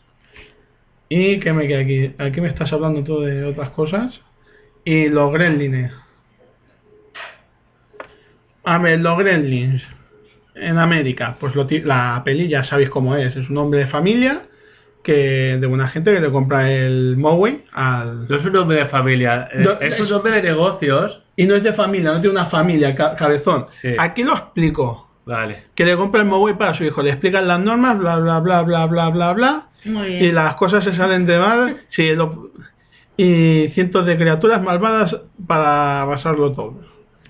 S2: ¿Y qué me queda aquí? Aquí me estás hablando tú de otras cosas. Y los gremlins. A ver, los gremlins. En América, pues lo ti- la peli ya sabéis cómo es. Es un hombre de familia que de una gente que le compra el Moway al...
S3: No es un hombre de familia, eh,
S2: No,
S3: es
S2: es-
S3: un hombre de negocios.
S2: Y no es de familia, no tiene una familia, ca- cabezón.
S3: Sí.
S2: Aquí lo explico.
S3: Vale.
S2: Que le compra el Moway para su hijo. Le explican las normas, bla, bla, bla, bla, bla, bla, bla.
S1: Muy bien.
S2: y las cosas se salen de mal sí, lo- y cientos de criaturas malvadas para arrasarlo todo.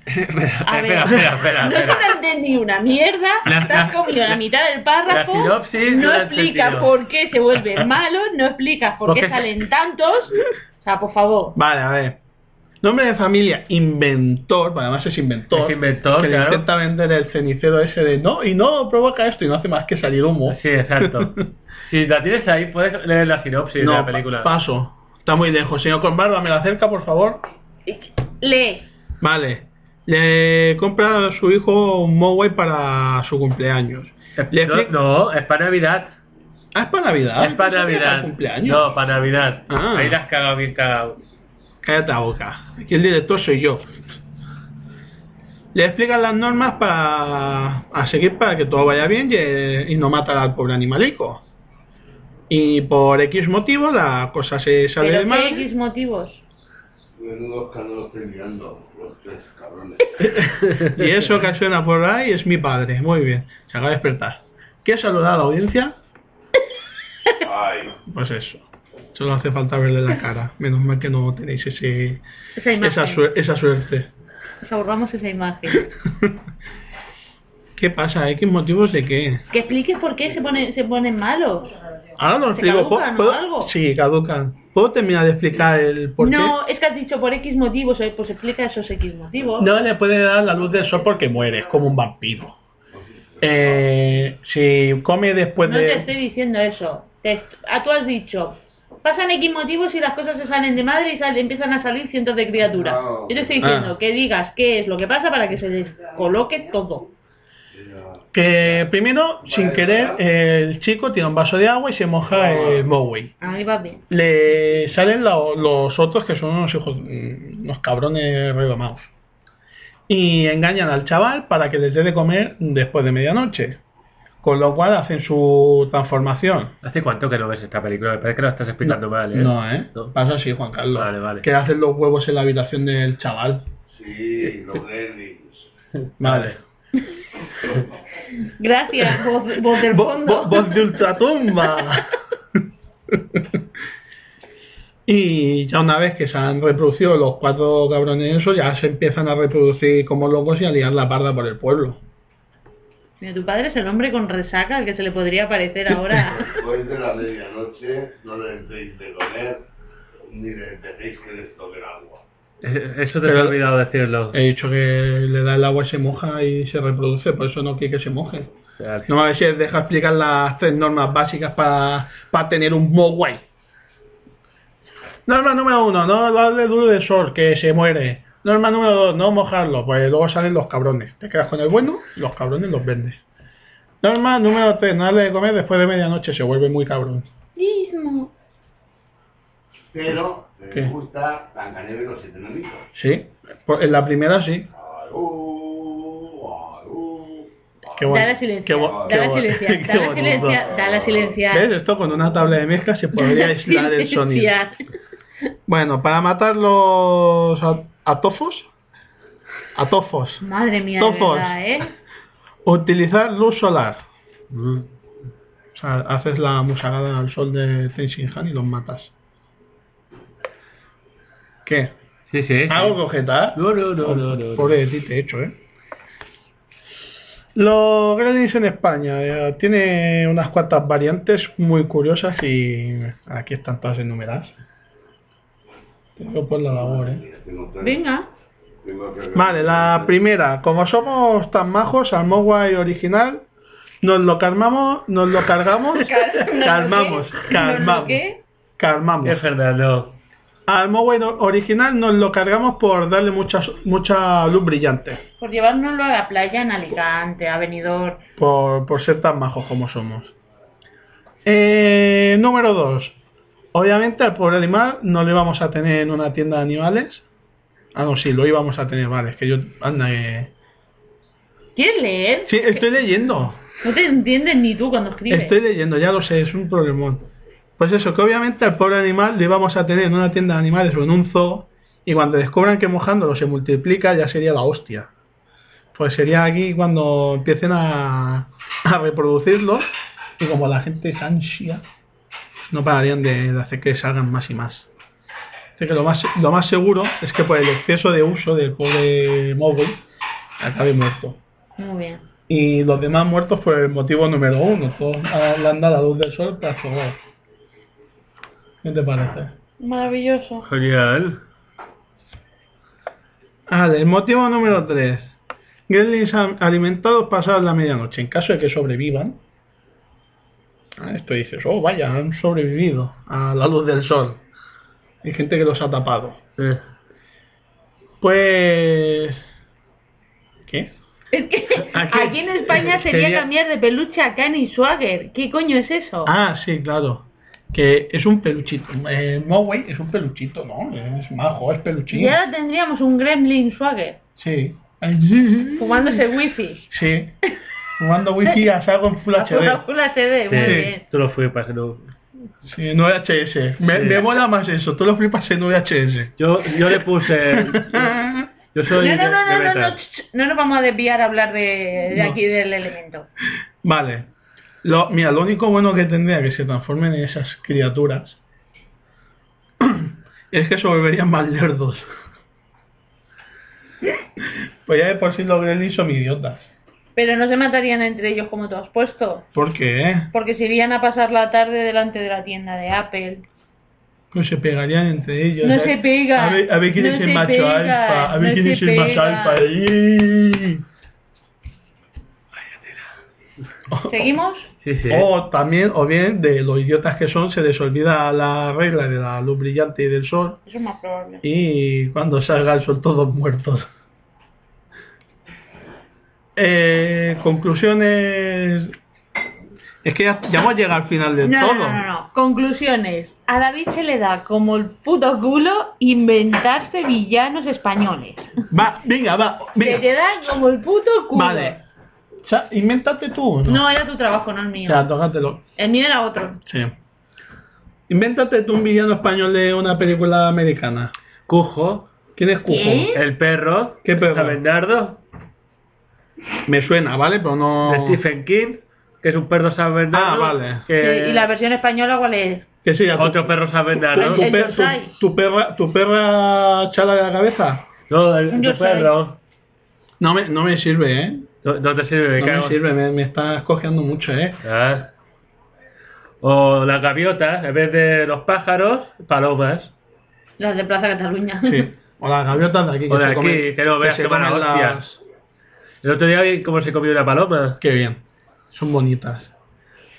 S1: A ver.
S3: espera, espera, espera,
S1: No
S3: espera.
S1: te entendí una mierda,
S3: La-
S1: te has
S3: la-
S1: comido la,
S3: la-
S1: mitad del párrafo,
S3: la sinopsis no
S1: no
S3: la he
S1: explica
S3: entendido.
S1: por qué se vuelven malos, no explica por
S3: Porque
S1: qué
S3: se-
S1: salen tantos. O sea, por favor.
S2: Vale, a ver. Nombre de familia, inventor, bueno, además es inventor,
S3: Es inventor,
S2: que
S3: claro.
S2: le intenta vender el cenicero ese de no, y no provoca esto, y no hace más que salir humo.
S3: Sí, exacto. Si la tienes ahí, puedes leer la sinopsis
S2: no,
S3: de la película.
S2: pa- paso, está muy lejos. Señor con barba, me la acerca, por favor.
S1: Lee.
S2: Vale, le compra a su hijo un Moway para su cumpleaños.
S3: Es-
S2: Le
S3: no,
S2: expli-
S3: no, es para Navidad.
S2: Ah, es para Navidad.
S3: es para
S2: Para
S3: Navidad.
S2: cumpleaños.
S3: No, para Navidad.
S2: Ah.
S3: Ahí las has cagado bien cagado.
S2: Cállate la boca. Aquí el director soy yo. Le explican las normas para a seguir para que todo vaya bien y, y no matar al pobre animalico. Y por X motivo la cosa se sale
S1: Pero
S2: de
S1: qué
S2: madre.
S1: X motivos.
S7: Menudo escándalo estoy mirando, los tres cabrones.
S2: Y eso ocasiona por ahí es mi padre. Muy bien. Se acaba de despertar. ¿Qué saludar a la audiencia?
S7: Ay,
S2: Pues eso. Solo hace falta verle la cara. Menos mal que no tenéis ese,
S1: Esa imagen.
S2: esa, suer- esa suerte.
S1: Nos ahorramos esa imagen.
S2: ¿Qué pasa? ¿X motivos de qué?
S1: Que expliques por qué se ponen, se ponen malos.
S2: Ahora Ah, no
S1: ¿Se
S2: explico. ¿puedo-
S1: caducan o
S2: puedo-
S1: algo?
S2: Sí, caducan. ¿Puedo terminar de explicar el por
S1: no, es que has dicho por X motivos, oye, pues explica esos X motivos.
S2: qué? No le puede dar la luz del sol porque muere, es como un vampiro. Eh, si come después
S1: No
S2: Pues de...
S1: te estoy diciendo eso. Te est- ah, tú has dicho, pasan X motivos y las cosas se salen de madre y sal- empiezan a salir cientos de criaturas.
S7: No.
S1: Yo te estoy diciendo
S2: Ah.
S1: que digas qué es lo que pasa para que se descoloque todo.
S2: Que primero, sin querer, el chico tiene un vaso de agua y se moja el Bowie.
S1: Ahí va bien.
S2: Le salen la- los otros que son unos hijos, mm, unos cabrones redomados. Y engañan al chaval para que les dé de comer después de medianoche. Con lo cual hacen su transformación.
S3: ¿Hace cuánto que no ves esta película? Me parece que la estás explicando mal, ¿eh?
S2: No, ¿eh?
S3: No.
S2: Pasa así, Juan Carlos.
S3: Vale, vale.
S2: Que hacen los huevos en la habitación del chaval.
S7: sí, los gremlins.
S2: Vale.
S1: Gracias, voz, voz del
S2: Vo-
S1: fondo.
S2: vo- voz de ultratumba. y ya una vez que se han reproducido los cuatro cabrones esos, ya se empiezan a reproducir como locos y a liar la parda por el pueblo.
S1: Mira, tu padre es el hombre con resaca al que se le podría parecer ahora.
S7: Después de la medianoche no les deis de comer ni les dejéis que les toque el agua.
S3: Eh, Eso te he olvidado decirlo.
S2: He dicho que le da el agua y se moja y se reproduce, por eso no quiere que se moje.
S3: Vale.
S2: eh, No me ver si os deja explicar las tres normas básicas para, para tener un Mogwai. Norma número uno, no darle duro de sol, que se muere. Norma número dos, no mojarlo, pues luego salen los cabrones. Te quedas con el bueno, los cabrones los vendes. Norma número tres, no darle de comer después de medianoche, se vuelve muy cabrón.
S1: Mismo.
S7: Pero les
S2: ¿Qué?
S7: gusta Blancanieves y los siete enanitos.
S2: Sí, pues en la primera sí.
S7: Arú, arú,
S2: Qué
S7: arú.
S2: bueno.
S1: Dala
S2: Qué
S1: silencia,
S2: bo-
S1: dala
S2: qué bo-
S1: silencia,
S2: qué
S1: dala
S2: bonito.
S1: silencia, dala silencia.
S2: ¿Ves? Pues Esto con una tabla de mezcla se podría aislar el sonido.
S1: Silenciar.
S2: Bueno, para matar los a- atofos, atofos,
S1: Madre mía, de
S2: Tofos.
S1: verdad, ¿eh?
S2: utilizar luz solar. O sea, haces la musagada al sol de Tenshinhan y los matas. ¿Qué?
S3: Sí, sí. sí.
S2: ¿Algo que objetar?
S3: No, no, no, no, no.
S2: Pobre de ti te he hecho, ¿eh? Los Gremlins en España. eh, tiene unas cuantas variantes muy curiosas y aquí están todas enumeradas. Te veo por la labor, ¿eh?
S7: Tengo que-
S1: Venga.
S7: tengo que-
S2: Vale, la primera. Como somos tan majos, al Mogwai original Nos lo calmamos, nos lo cargamos, calmamos, calmamos,
S1: ¿Qué?
S2: calmamos.
S3: Es verdad, no.
S2: Al Moway original nos lo cargamos por darle mucha, mucha luz brillante,
S1: Por llevárnoslo a la playa en Alicante, a Benidorm.
S2: por, por ser tan majos como somos. Eh, número 2. Obviamente al pobre animal no le vamos a tener en una tienda de animales. Ah, no, sí, lo íbamos a tener, vale, es que yo... Anda, que...
S1: ¿Quieres leer?
S2: Sí, estoy leyendo.
S1: No te entiendes ni tú cuando escribes.
S2: Estoy leyendo, ya lo sé, es un problemón. Pues eso, que obviamente al pobre animal le vamos a tener en una tienda de animales o en un zoo, y cuando descubran que mojándolo se multiplica, ya sería la hostia. Pues sería aquí cuando empiecen a, a reproducirlo, y como la gente es ansia, no pararían de, de hacer que salgan más y más. Así que lo más, lo más seguro es que por el exceso de uso del pobre Mowgli acabe muerto.
S1: Muy bien.
S2: Y los demás muertos por el motivo número uno. Todos a- le han dado la luz del sol para jugar. ¿Qué te parece?
S1: Maravilloso.
S3: Genial.
S2: Vale, el motivo número tres. Gremlins am- alimentados pasadas la medianoche. En caso de que sobrevivan. Ah, Esto dices, oh vaya, han sobrevivido a la luz del sol. Hay gente que los ha tapado.
S3: Eh,
S2: Pues... ¿Qué?
S1: Es que
S2: Aquí- eh,
S1: aquí en España sería
S2: sería-
S1: cambiar de peluche a Cani Swagger. ¿Qué coño es eso?
S2: Ah, sí, claro. Que es un peluchito. Eh, Mowgli es un peluchito, ¿no? Es majo, es peluchín.
S1: Y ahora tendríamos un Gremlin Swagger
S2: Sí. Ay, sí.
S1: fumándose
S2: Mm.
S1: wifi.
S2: Sí. Fumando whisky a saco en Full
S1: A
S2: HD.
S1: full HD, muy
S2: Sí.
S1: bien.
S3: Tú lo fui pasando.
S2: Sí, en VHS. Me,
S3: Sí.
S2: me mola más eso. Tú lo flipas en VHS.
S3: Yo, yo le puse. Yo soy.
S1: No, no,
S3: de-
S1: no,
S3: de
S1: no, no,
S3: metal.
S1: no, ch, no nos vamos a desviar a hablar de, de
S2: No.
S1: aquí del elemento.
S2: Vale. Lo, mira, lo único bueno que tendría que se transformen en esas criaturas es que sobrevivirían más lerdos. pues ya de por sí los Gremlins son idiotas.
S1: Pero no se matarían entre ellos como tú has puesto,
S2: ¿Por qué?
S1: porque se irían a pasar la tarde delante de la tienda de Apple.
S2: No Pues se pegarían entre ellos.
S1: No
S2: A-
S1: se pega,
S2: A ver, a ver quién
S1: no
S2: es el
S1: se
S2: macho
S1: pega,
S2: alfa. A ver
S1: no
S2: quién
S1: se
S2: es el macho
S1: pega.
S2: alfa. ¡Ey!
S1: ¿Seguimos?
S3: Sí, sí.
S2: O también, o bien, de los idiotas que son, se les olvida la regla de la luz brillante y del sol.
S1: Eso es más probable.
S2: Y cuando salga el sol, todos muertos. Eh, conclusiones. Es que ya, ya hemos llegado al final de
S1: No,
S2: todo.
S1: no, no, no. Conclusiones. A David se le da como el puto culo inventarse villanos españoles.
S2: Va, venga, va.
S1: Se
S2: Venga.
S1: te da como el puto culo.
S2: Vale. O sea, invéntate tú. ¿o
S1: No, era tu trabajo, no el mío.
S2: Ya, tócatelo.
S1: El mío era otro.
S2: Sí. Invéntate tú un villano español de una película americana.
S3: Cujo.
S2: ¿Quién es Cujo?
S1: ¿Qué?
S3: El perro.
S2: ¿Qué perro?
S3: San Bernardo.
S2: Me suena, ¿vale? Pero no...
S3: de Stephen King. Que es un perro San Bernardo.
S2: Ah, vale.
S3: que-
S1: Sí, y la versión española, ¿cuál es?
S2: ¿Qué sería? ¿Tu,
S3: Otro perro San Bernardo.
S2: tu
S1: El
S2: per- tu-
S1: Yosai.
S2: tu perra, tu perra chala de la cabeza?
S3: No, el,
S1: Yo
S3: tu perro.
S2: No me, no me sirve, ¿eh?
S3: No, no te sirve, me
S2: No me
S3: cago.
S2: sirve, me, me estás cojeando mucho, ¿eh?
S3: Ah. O las gaviotas, en vez de los pájaros, palomas.
S1: Las de Plaza Cataluña.
S2: Sí. O las gaviotas de aquí.
S3: O de
S2: se
S3: aquí, que no veas
S2: se
S3: que van a
S2: comen
S3: hostias. El otro día vi cómo se comió una paloma.
S2: Qué bien. Son bonitas.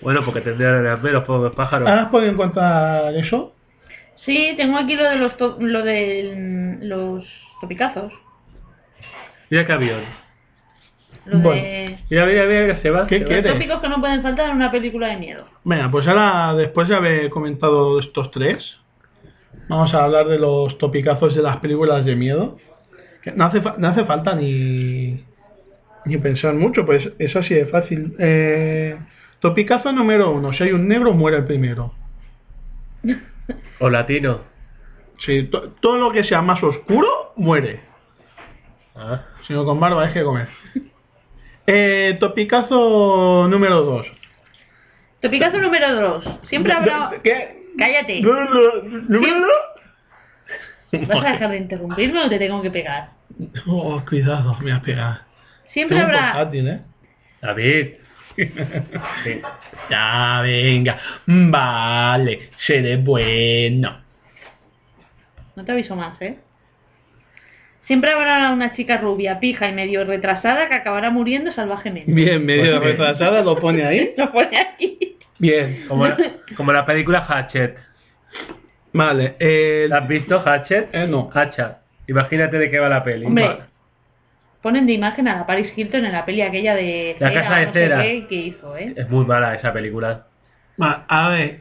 S3: Bueno, porque tendrían menos pobres pájaros.
S1: Ah.
S2: ¿Has podido encontrar eso?
S1: Sí, tengo aquí lo de los to- lo de los topicazos.
S3: Mira qué avión.
S1: Lo
S2: Bueno.
S1: de
S3: Mira, mira, mira, que se va.
S2: ¿Qué
S3: se va.
S1: los
S2: quieres?
S1: tópicos que no pueden faltar en una película de miedo.
S2: Venga, pues ahora, después de haber comentado estos tres, vamos a hablar de los topicazos de las películas de miedo. Que no, hace, fa- no hace falta ni, ni pensar mucho, pues eso así de fácil. Eh, topicazo número uno, si hay un negro, muere el primero.
S3: O latino.
S2: Si to- todo lo que sea más oscuro, muere.
S3: Ah.
S2: Si no con barba, es que comer. Eh, topicazo número dos.
S1: Topicazo número 2. Siempre habrá...
S2: ¿Qué?
S1: Cállate.
S2: ¿Número?
S1: ¿Vas a dejar de interrumpirme o te tengo que pegar?
S2: Oh, cuidado, me has pegado.
S1: Siempre
S2: Tengo un
S1: habrá...
S2: portátil, ¿eh?
S3: David. Sí.
S2: Ya, venga. Mm, Vale, seré bueno.
S1: No te aviso más, ¿eh? Siempre habrá una chica rubia, pija y medio retrasada que acabará muriendo salvajemente.
S2: Bien, medio
S3: Pues bien.
S2: retrasada, lo pone ahí.
S1: Lo pone aquí.
S2: Bien,
S3: Como la, como la película Hatchet.
S2: vale. el-
S3: ¿La has visto, Hatchet?
S2: eh, no.
S3: Hatchet. Imagínate de qué va la peli.
S1: Hombre, ponen de imagen a la Paris Hilton en la peli aquella de
S3: La casa de
S1: no sé
S3: cera.
S1: qué, que hizo, ¿eh?
S3: Es muy mala esa película.
S2: Va, a ver.
S3: Me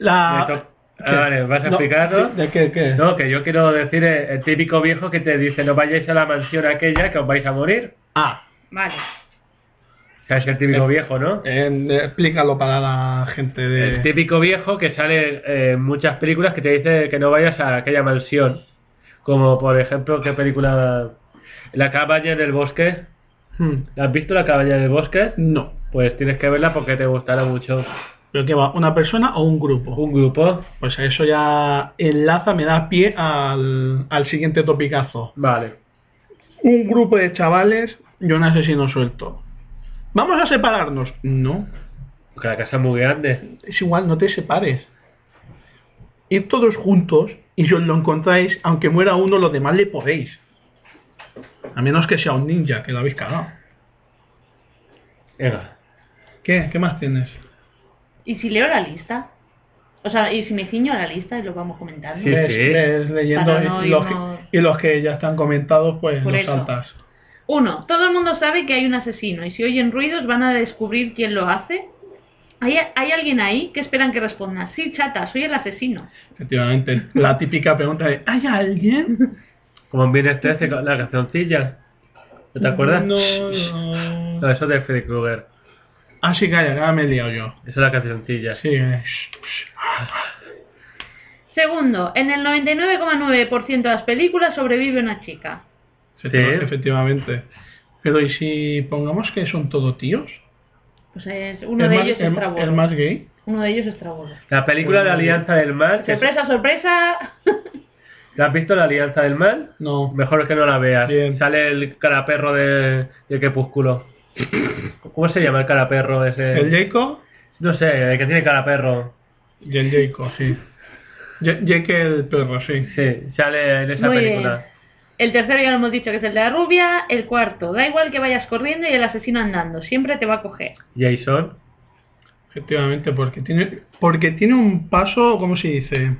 S2: La.
S3: to- Ah, vale, ¿vas a explicarlo?
S2: ¿De qué? qué?
S3: No, que yo quiero decir eh, el, el típico viejo que te dice no vayáis a la mansión aquella que os vais a morir.
S2: Ah,
S1: Vale.
S3: O sea, es el típico
S2: Eh,
S3: viejo, ¿no?
S2: en- explícalo para la gente de.
S3: El típico viejo que sale eh, en muchas películas que te dice que no vayas a aquella mansión. Como por ejemplo, ¿qué película? La cabaña en el bosque.
S2: Hmm,
S3: ¿La ¿Has visto la cabaña en el bosque?
S2: No.
S3: Pues tienes que verla porque te gustará mucho.
S2: ¿Pero qué va? ¿Una persona o un grupo?
S3: Un grupo.
S2: Pues eso ya enlaza, me da pie al, al siguiente topicazo.
S3: Vale.
S2: Un grupo de chavales y un asesino suelto. ¿Vamos a separarnos? No,
S3: Porque la casa es muy grande.
S2: es igual, no te separes. Ir todos juntos y si os lo encontráis, aunque muera uno, los demás le podéis. A menos que sea un ninja, que lo habéis cagado.
S3: Venga.
S2: ¿Qué? ¿Qué más tienes?
S1: ¿Y si leo la lista? O sea, ¿y si me ciño a la lista y lo vamos comentando?
S3: Sí.
S2: Ves- ves leyendo
S1: Para
S2: y,
S1: no
S2: los
S1: irnos-
S2: que, y los que ya están comentados, pues
S1: Por
S2: los
S1: eso.
S2: saltas.
S1: Uno, todo el mundo sabe que hay un asesino y si oyen ruidos van a descubrir quién lo hace. ¿Hay, hay alguien ahí que esperan que responda? Sí, chata, soy el asesino.
S2: Efectivamente, la típica pregunta de ¿hay alguien?
S3: Como en Viernes 13, con la cancioncilla. ¿No te acuerdas?
S2: No,
S3: No,
S2: no.
S3: eso es de Freddy Krueger.
S2: Ah, sí, calla, ahora me he liado yo.
S3: Esa es la cancioncilla.
S2: Sí, eh.
S1: Segundo, en el 99,9% de las películas sobrevive una chica.
S2: Efectiva-
S3: Sí.
S2: efectivamente. Pero ¿y si pongamos que son todo tíos?
S1: Pues es, uno
S2: ¿El
S1: de
S2: más-
S1: ellos
S2: el-
S1: es Trabolo.
S2: el más gay?
S1: Uno de ellos es Trabolo.
S3: La película La Alianza del Mal. que es-
S1: Sorpresa, sorpresa.
S3: ¿La has visto La Alianza del Mal?
S2: No.
S3: Mejor es que no la veas.
S2: Bien.
S3: Sale el caraperro de, de Crepúsculo. ¿Cómo se llama el caraperro ese?
S2: ¿El Jacob?
S3: No sé, el que tiene caraperro.
S2: Y el Jacob, sí. Ye- Jake el perro, sí.
S3: Sí, sale en esa
S1: Muy
S3: película.
S1: bien. El tercero ya lo hemos dicho que es el de la rubia. El cuarto, da igual que vayas corriendo y el asesino andando, siempre te va a coger.
S3: Jason.
S2: Efectivamente, porque tiene, porque tiene un paso, ¿cómo se dice?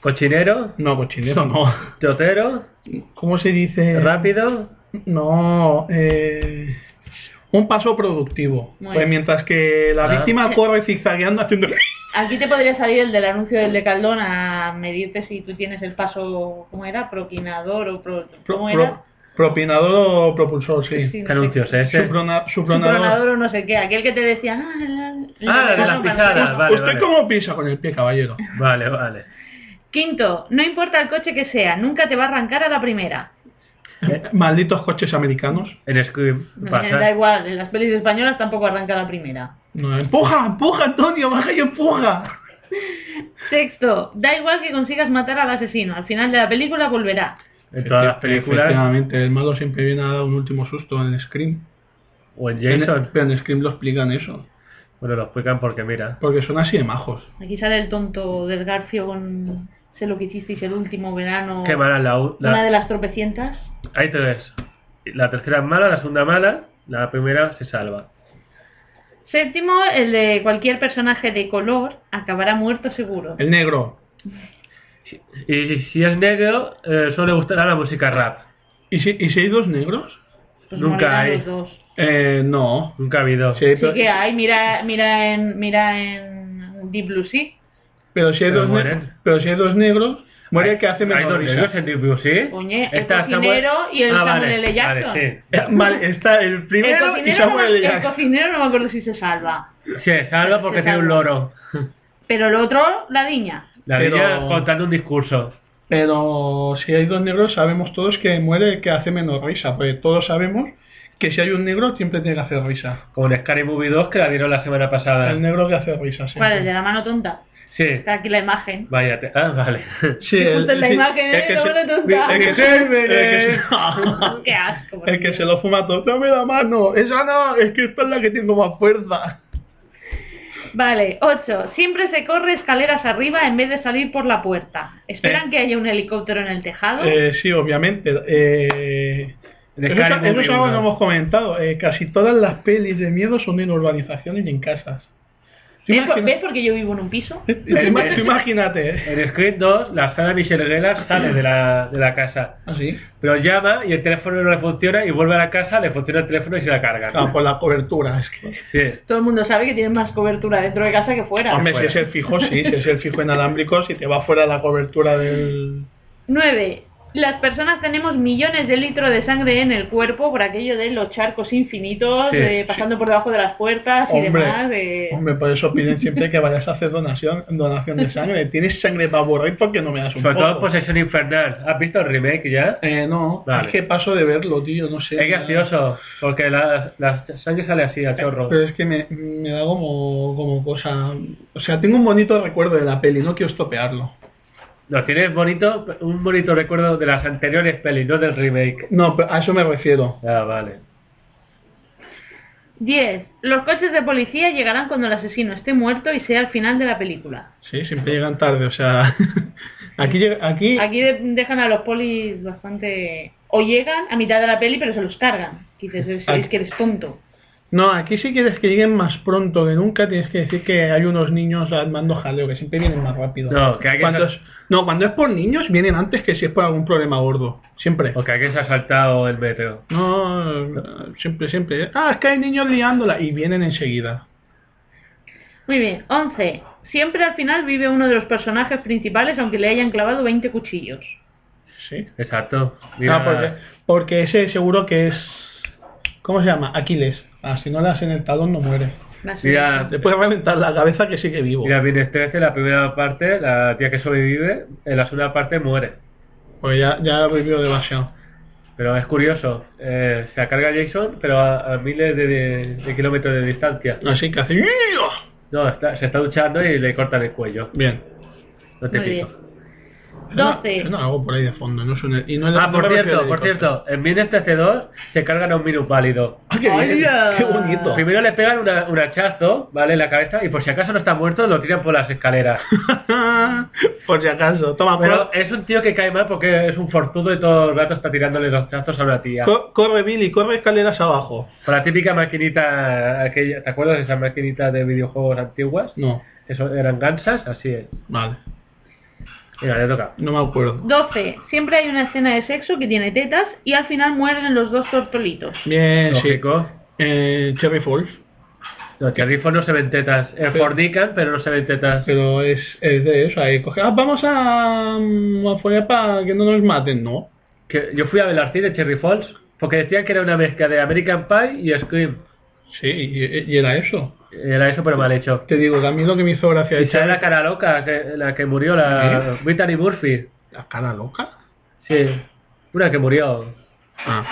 S3: Cochinero.
S2: No, cochinero, no.
S3: Chotero.
S2: ¿Cómo se dice?
S3: Rápido.
S2: No, eh, un paso productivo.
S1: Muy
S2: pues
S1: bien.
S2: mientras que la
S3: Ah.
S2: víctima corre zigzagueando haciendo...
S1: Aquí te podría salir el del anuncio del de Caldón a medirte si tú tienes el paso, ¿cómo era? Proquinador o pro,
S2: Pro-
S1: ¿cómo
S2: pro-
S1: era?
S2: propinador o propulsor, sí.
S1: Sí, no
S3: ¿Qué
S1: sé.
S3: anuncios es ese?
S2: Suprona- supronador.
S1: Supronador o no sé qué, aquel que te decía, ah, la- la-
S3: Ah, el de las
S1: para-
S3: pisadas, vale,
S2: ¿Usted
S3: vale.
S2: cómo pisa con el pie, caballero?
S3: Vale, vale.
S1: Quinto, no importa el coche que sea, nunca te va a arrancar a la primera.
S2: ¿Eh? Malditos coches americanos.
S3: En Scream
S1: Da
S3: pasa.
S1: igual, en las pelis españolas tampoco arranca a la primera.
S2: No, eh. empuja, empuja, Antonio, baja y empuja.
S1: Sexto, da igual que consigas matar al asesino, al final de la película volverá.
S3: En todas las películas.
S2: Efectivamente, el malo siempre viene a dar un último susto en Scream.
S3: O en
S2: En-
S3: Jason.
S2: Pero en Scream lo explican eso.
S3: Bueno, lo explican porque mira.
S2: Porque son así de majos.
S1: Aquí sale el tonto del Garfio con sé lo que hicisteis el último verano,
S3: Qué mala la, u- la-
S1: una de las tropecientas.
S3: Hay tres. La tercera es mala, la segunda mala, la primera se salva.
S1: Séptimo, el de cualquier personaje de color acabará muerto seguro.
S2: El negro.
S3: Y si es negro, eh, solo le gustará la música rap.
S2: ¿Y si, ¿Y si hay dos negros?
S1: Pues
S3: nunca
S1: morirán
S3: hay.
S1: los dos.
S2: Eh, no.
S3: Nunca ha habido.
S2: Sí,
S1: Sí
S2: pero-
S1: que hay, mira, mira en, mira en Deep Blue Sea.
S2: Pero si hay,
S3: Pero
S2: dos, ne-
S3: mueren.
S2: pero si hay dos negros, muere el que hace
S3: Hay
S2: menos
S3: dos
S2: risa.
S3: negros en Deep Blue, ¿sí?
S1: Oye, el
S3: Está Samuel-
S1: cocinero y el
S3: Ah,
S1: Samuel
S3: vale,
S1: L. Jackson.
S3: Vale, sí.
S2: Eh, Vale, está el
S1: El
S2: primero y
S1: cocinero, no,
S2: Samuel
S1: me-
S2: L.
S1: el
S2: Jackson.
S1: cocinero no me acuerdo si se salva.
S3: Se salva porque
S1: Se
S3: tiene un
S1: salva.
S3: loro.
S1: Pero el otro, la niña.
S3: La
S2: Pero-
S3: niña contando un discurso.
S2: Pero si hay dos negros, sabemos todos que muere el que hace menos risa. Porque todos sabemos que si hay un negro, siempre tiene que hacer risa.
S3: Como en Scary Movie 2 que la dieron la semana pasada.
S2: El negro que hace risa,
S1: ¿Cuál? El
S2: siempre.
S1: de la mano tonta.
S3: Sí.
S1: Está aquí la imagen.
S3: Vaya, te- ah, vale.
S2: Sí,
S1: Justo en la
S2: sí,
S1: imagen,
S2: el que
S1: ¿eh?
S2: se-
S1: Bueno, tú estás.
S2: el que se- el que se-
S1: Qué asco. por
S2: el que
S1: Dios.
S2: se lo fuma todo. Dame la mano. Esa no, es que esta es la que tengo más fuerza.
S1: Vale, 8. Siempre se corre escaleras arriba en vez de salir por la puerta. ¿Esperan
S2: Eh.
S1: que haya un helicóptero en el tejado?
S2: Eh, sí, obviamente. Eh,
S3: De
S2: eso es- eso
S3: Scary
S2: es
S3: Movie
S2: algo que
S3: uno.
S2: no hemos comentado. Eh, casi todas las pelis de miedo son en urbanizaciones y en casas. Tú
S1: ¿Ves, por-
S2: imagina-
S1: ves porque yo vivo en un piso?
S2: tú ima- tú imagínate, ¿eh?
S3: En Script 2, la Sara Michelle Gellar sale de la, de la casa,
S2: Así.
S3: pero llama y el teléfono no le funciona y vuelve a la casa, le funciona el teléfono y se la carga.
S2: Ah, pues, por la cobertura. Es que,
S3: Sí.
S1: Todo el mundo sabe que tienes más cobertura dentro de casa que Ah, fuera.
S2: hombre, si
S3: fuera.
S2: es el fijo, sí. Si es el fijo inalámbrico, si te va fuera la cobertura del...
S1: 9. Las personas tenemos millones de litros de sangre en el cuerpo por aquello de los charcos infinitos,
S3: Sí,
S1: eh, pasando por debajo de las puertas
S2: Hombre,
S1: y demás. eh.
S2: Hombre, por eso piden siempre que vayas a hacer donación, donación de sangre. Tienes sangre para aburrir porque no me das un
S3: Sobre todo
S2: poco?
S3: Posesión Infernal. ¿Has visto el remake ya?
S2: Eh, no,
S3: Vale.
S2: es que paso de verlo, tío, no sé.
S3: Es gracioso, porque la, la sangre sale así, a chorro.
S2: Pero es que me, me da como, como cosa... O sea, tengo un bonito recuerdo de la peli, no quiero estropearlo.
S3: No, tienes bonito, un bonito recuerdo de las anteriores pelis, no del remake.
S2: No, pero a eso me refiero.
S3: Ah, vale.
S1: 10. Los coches de policía llegarán cuando el asesino esté muerto y sea al final de la película.
S2: Sí, siempre llegan tarde, o sea... aquí, lleg- aquí,
S1: Aquí de- dejan a los polis bastante... O llegan a mitad de la peli pero se los cargan. Y Dices, "Es- es que eres tonto.
S2: No, aquí si quieres que lleguen más pronto que nunca, tienes que decir que hay unos niños armando jaleo, que siempre vienen más rápido.
S3: No, que hay que
S2: cuando
S3: sa-
S2: es, no, cuando es por niños, vienen antes que si es por algún problema gordo. Siempre.
S3: Porque aquí se ha saltado el metro.
S2: No, eh, siempre, siempre. Ah, es que hay niños liándola y vienen enseguida.
S1: Muy bien. 11. Siempre al final vive uno de los personajes principales aunque le hayan clavado 20 cuchillos.
S2: Sí.
S3: Exacto. Mira,
S2: Ah, porque, porque ese seguro que es... ¿Cómo se llama? Aquiles. Ah, si no le hacen el talón no muere.
S1: Más
S3: mira,
S2: Te puede reventar la cabeza que sigue vivo.
S3: mira, Viernes 13, la primera parte, la tía que sobrevive, en la segunda parte muere.
S2: Pues ya, ya ha vivido demasiado.
S3: Pero es curioso, eh, se carga Jason, pero a, a miles de, de- de kilómetros de distancia.
S2: Así que hace...
S3: No, está- se está duchando y le cortan el cuello.
S2: Bien.
S3: No te
S1: Muy bien.
S3: pico.
S1: Doce.
S2: No, algo por ahí de fondo, no suena- y no es-
S3: Ah,
S2: no
S3: por
S2: me refiero
S3: cierto,
S2: al
S3: por
S2: helicóptero.
S3: cierto, en Viernes 13 2 se cargan a un minus válido.
S2: Ah, qué bien,
S1: Hola.
S2: qué bonito.
S3: Primero le pegan una- un hachazo, ¿vale? En la cabeza y por si acaso no está muerto lo tiran por las escaleras.
S2: por si acaso, toma,
S3: Pero
S2: pero eh,
S3: es un tío que cae mal porque es un fortudo y todo el rato está tirándole los hachazos a una tía.
S2: Pues corre Billy, corre escaleras abajo.
S3: Con la típica maquinita, aquella, ¿te acuerdas de esas maquinitas de videojuegos antiguas?
S2: No,
S3: Eso eran gansas, así es.
S2: vale,
S3: Mira, le toca.
S2: no me acuerdo.
S1: 12. Siempre hay una escena de sexo que tiene tetas y al final mueren los dos tortolitos.
S2: Bien, sí.
S3: Lógico.
S2: Eh, Cherry Falls,
S3: Los charrifos no se ven tetas. Eh,
S2: Pero-
S3: fornican, pero no se ven tetas.
S2: pero es, es de eso, ahí coge, ah, vamos a, mm, a follar para que no nos maten, no.
S3: Que yo fui a Belartín de Cherry Falls porque decían que era una mezcla de American Pie y Scream.
S2: Sí, y, y era eso.
S3: Era eso, pero mal hecho.
S2: Te digo, también lo que me hizo gracia
S3: Y
S2: es
S3: sale la cara loca, que- la que murió, la Brittany Murphy.
S2: la cara loca.
S3: Sí, una que murió.
S2: Ah,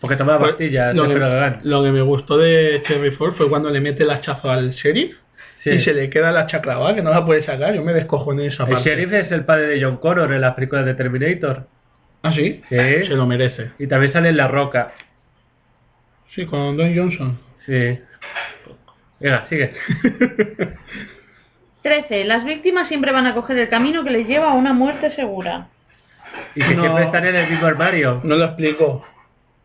S3: Porque tomaba
S2: Pues,
S3: pastillas,
S2: lo, que,
S3: de Ferogan.
S2: lo que me gustó de Cherry Falls fue cuando le mete el hachazo al sheriff.
S3: Sí.
S2: y se le queda la chaclavada que no la puede sacar. Yo me descojoné esa
S3: El
S2: parte.
S3: sheriff es el padre de John Connor en las películas de Terminator.
S2: Ah, sí.
S3: Sí.
S2: Se lo merece.
S3: Y también sale en La Roca.
S2: Sí, con Don Johnson.
S3: Sí. Venga, sigue.
S1: 13. Las víctimas siempre van a coger el camino que les lleva a una muerte segura.
S3: Y que
S2: No.
S3: siempre están en el mismo armario.
S2: No lo explico.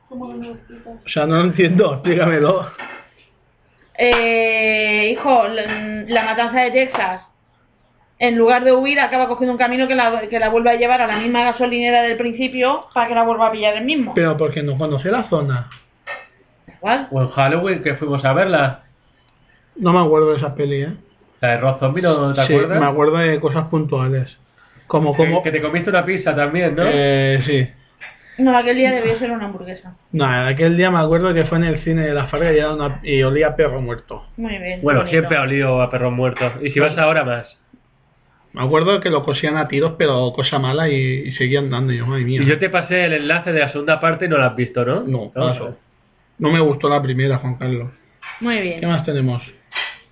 S6: ¿Cómo no me explicas?
S2: O sea, no lo entiendo. Explícamelo.
S1: Eh, hijo, la, la matanza de Texas. En lugar de huir, acaba cogiendo un camino que la, que la vuelve a llevar a la misma gasolinera del principio para que la vuelva a pillar el mismo.
S2: Pero porque no conoce la zona.
S1: Igual.
S3: O en Halloween que fuimos a verla.
S2: No me acuerdo de esa peli, ¿eh?
S3: La de Rob Zombie, ¿no te
S2: Sí,
S3: acuerdas?
S2: me acuerdo de cosas puntuales. Como, como...
S3: Que, que te comiste una pizza también, ¿no?
S2: Eh, sí.
S1: No, aquel día debía ser una hamburguesa.
S2: No, aquel día me acuerdo que fue en el cine de la Farga y, era una- y olía a perro muerto.
S1: Muy bien.
S3: bueno,
S1: bonito.
S3: siempre ha olido a perros muertos. Y si vas ahora más.
S2: Me acuerdo que lo cosían a tiros, pero cosa mala, y, y seguían dando. Y yo, madre mía.
S3: Y yo te pasé el enlace de la segunda parte y no la has visto, ¿no?
S2: No, paso. No me gustó la primera, Juan Carlos.
S1: Muy
S2: ¿Qué
S1: bien.
S2: más tenemos?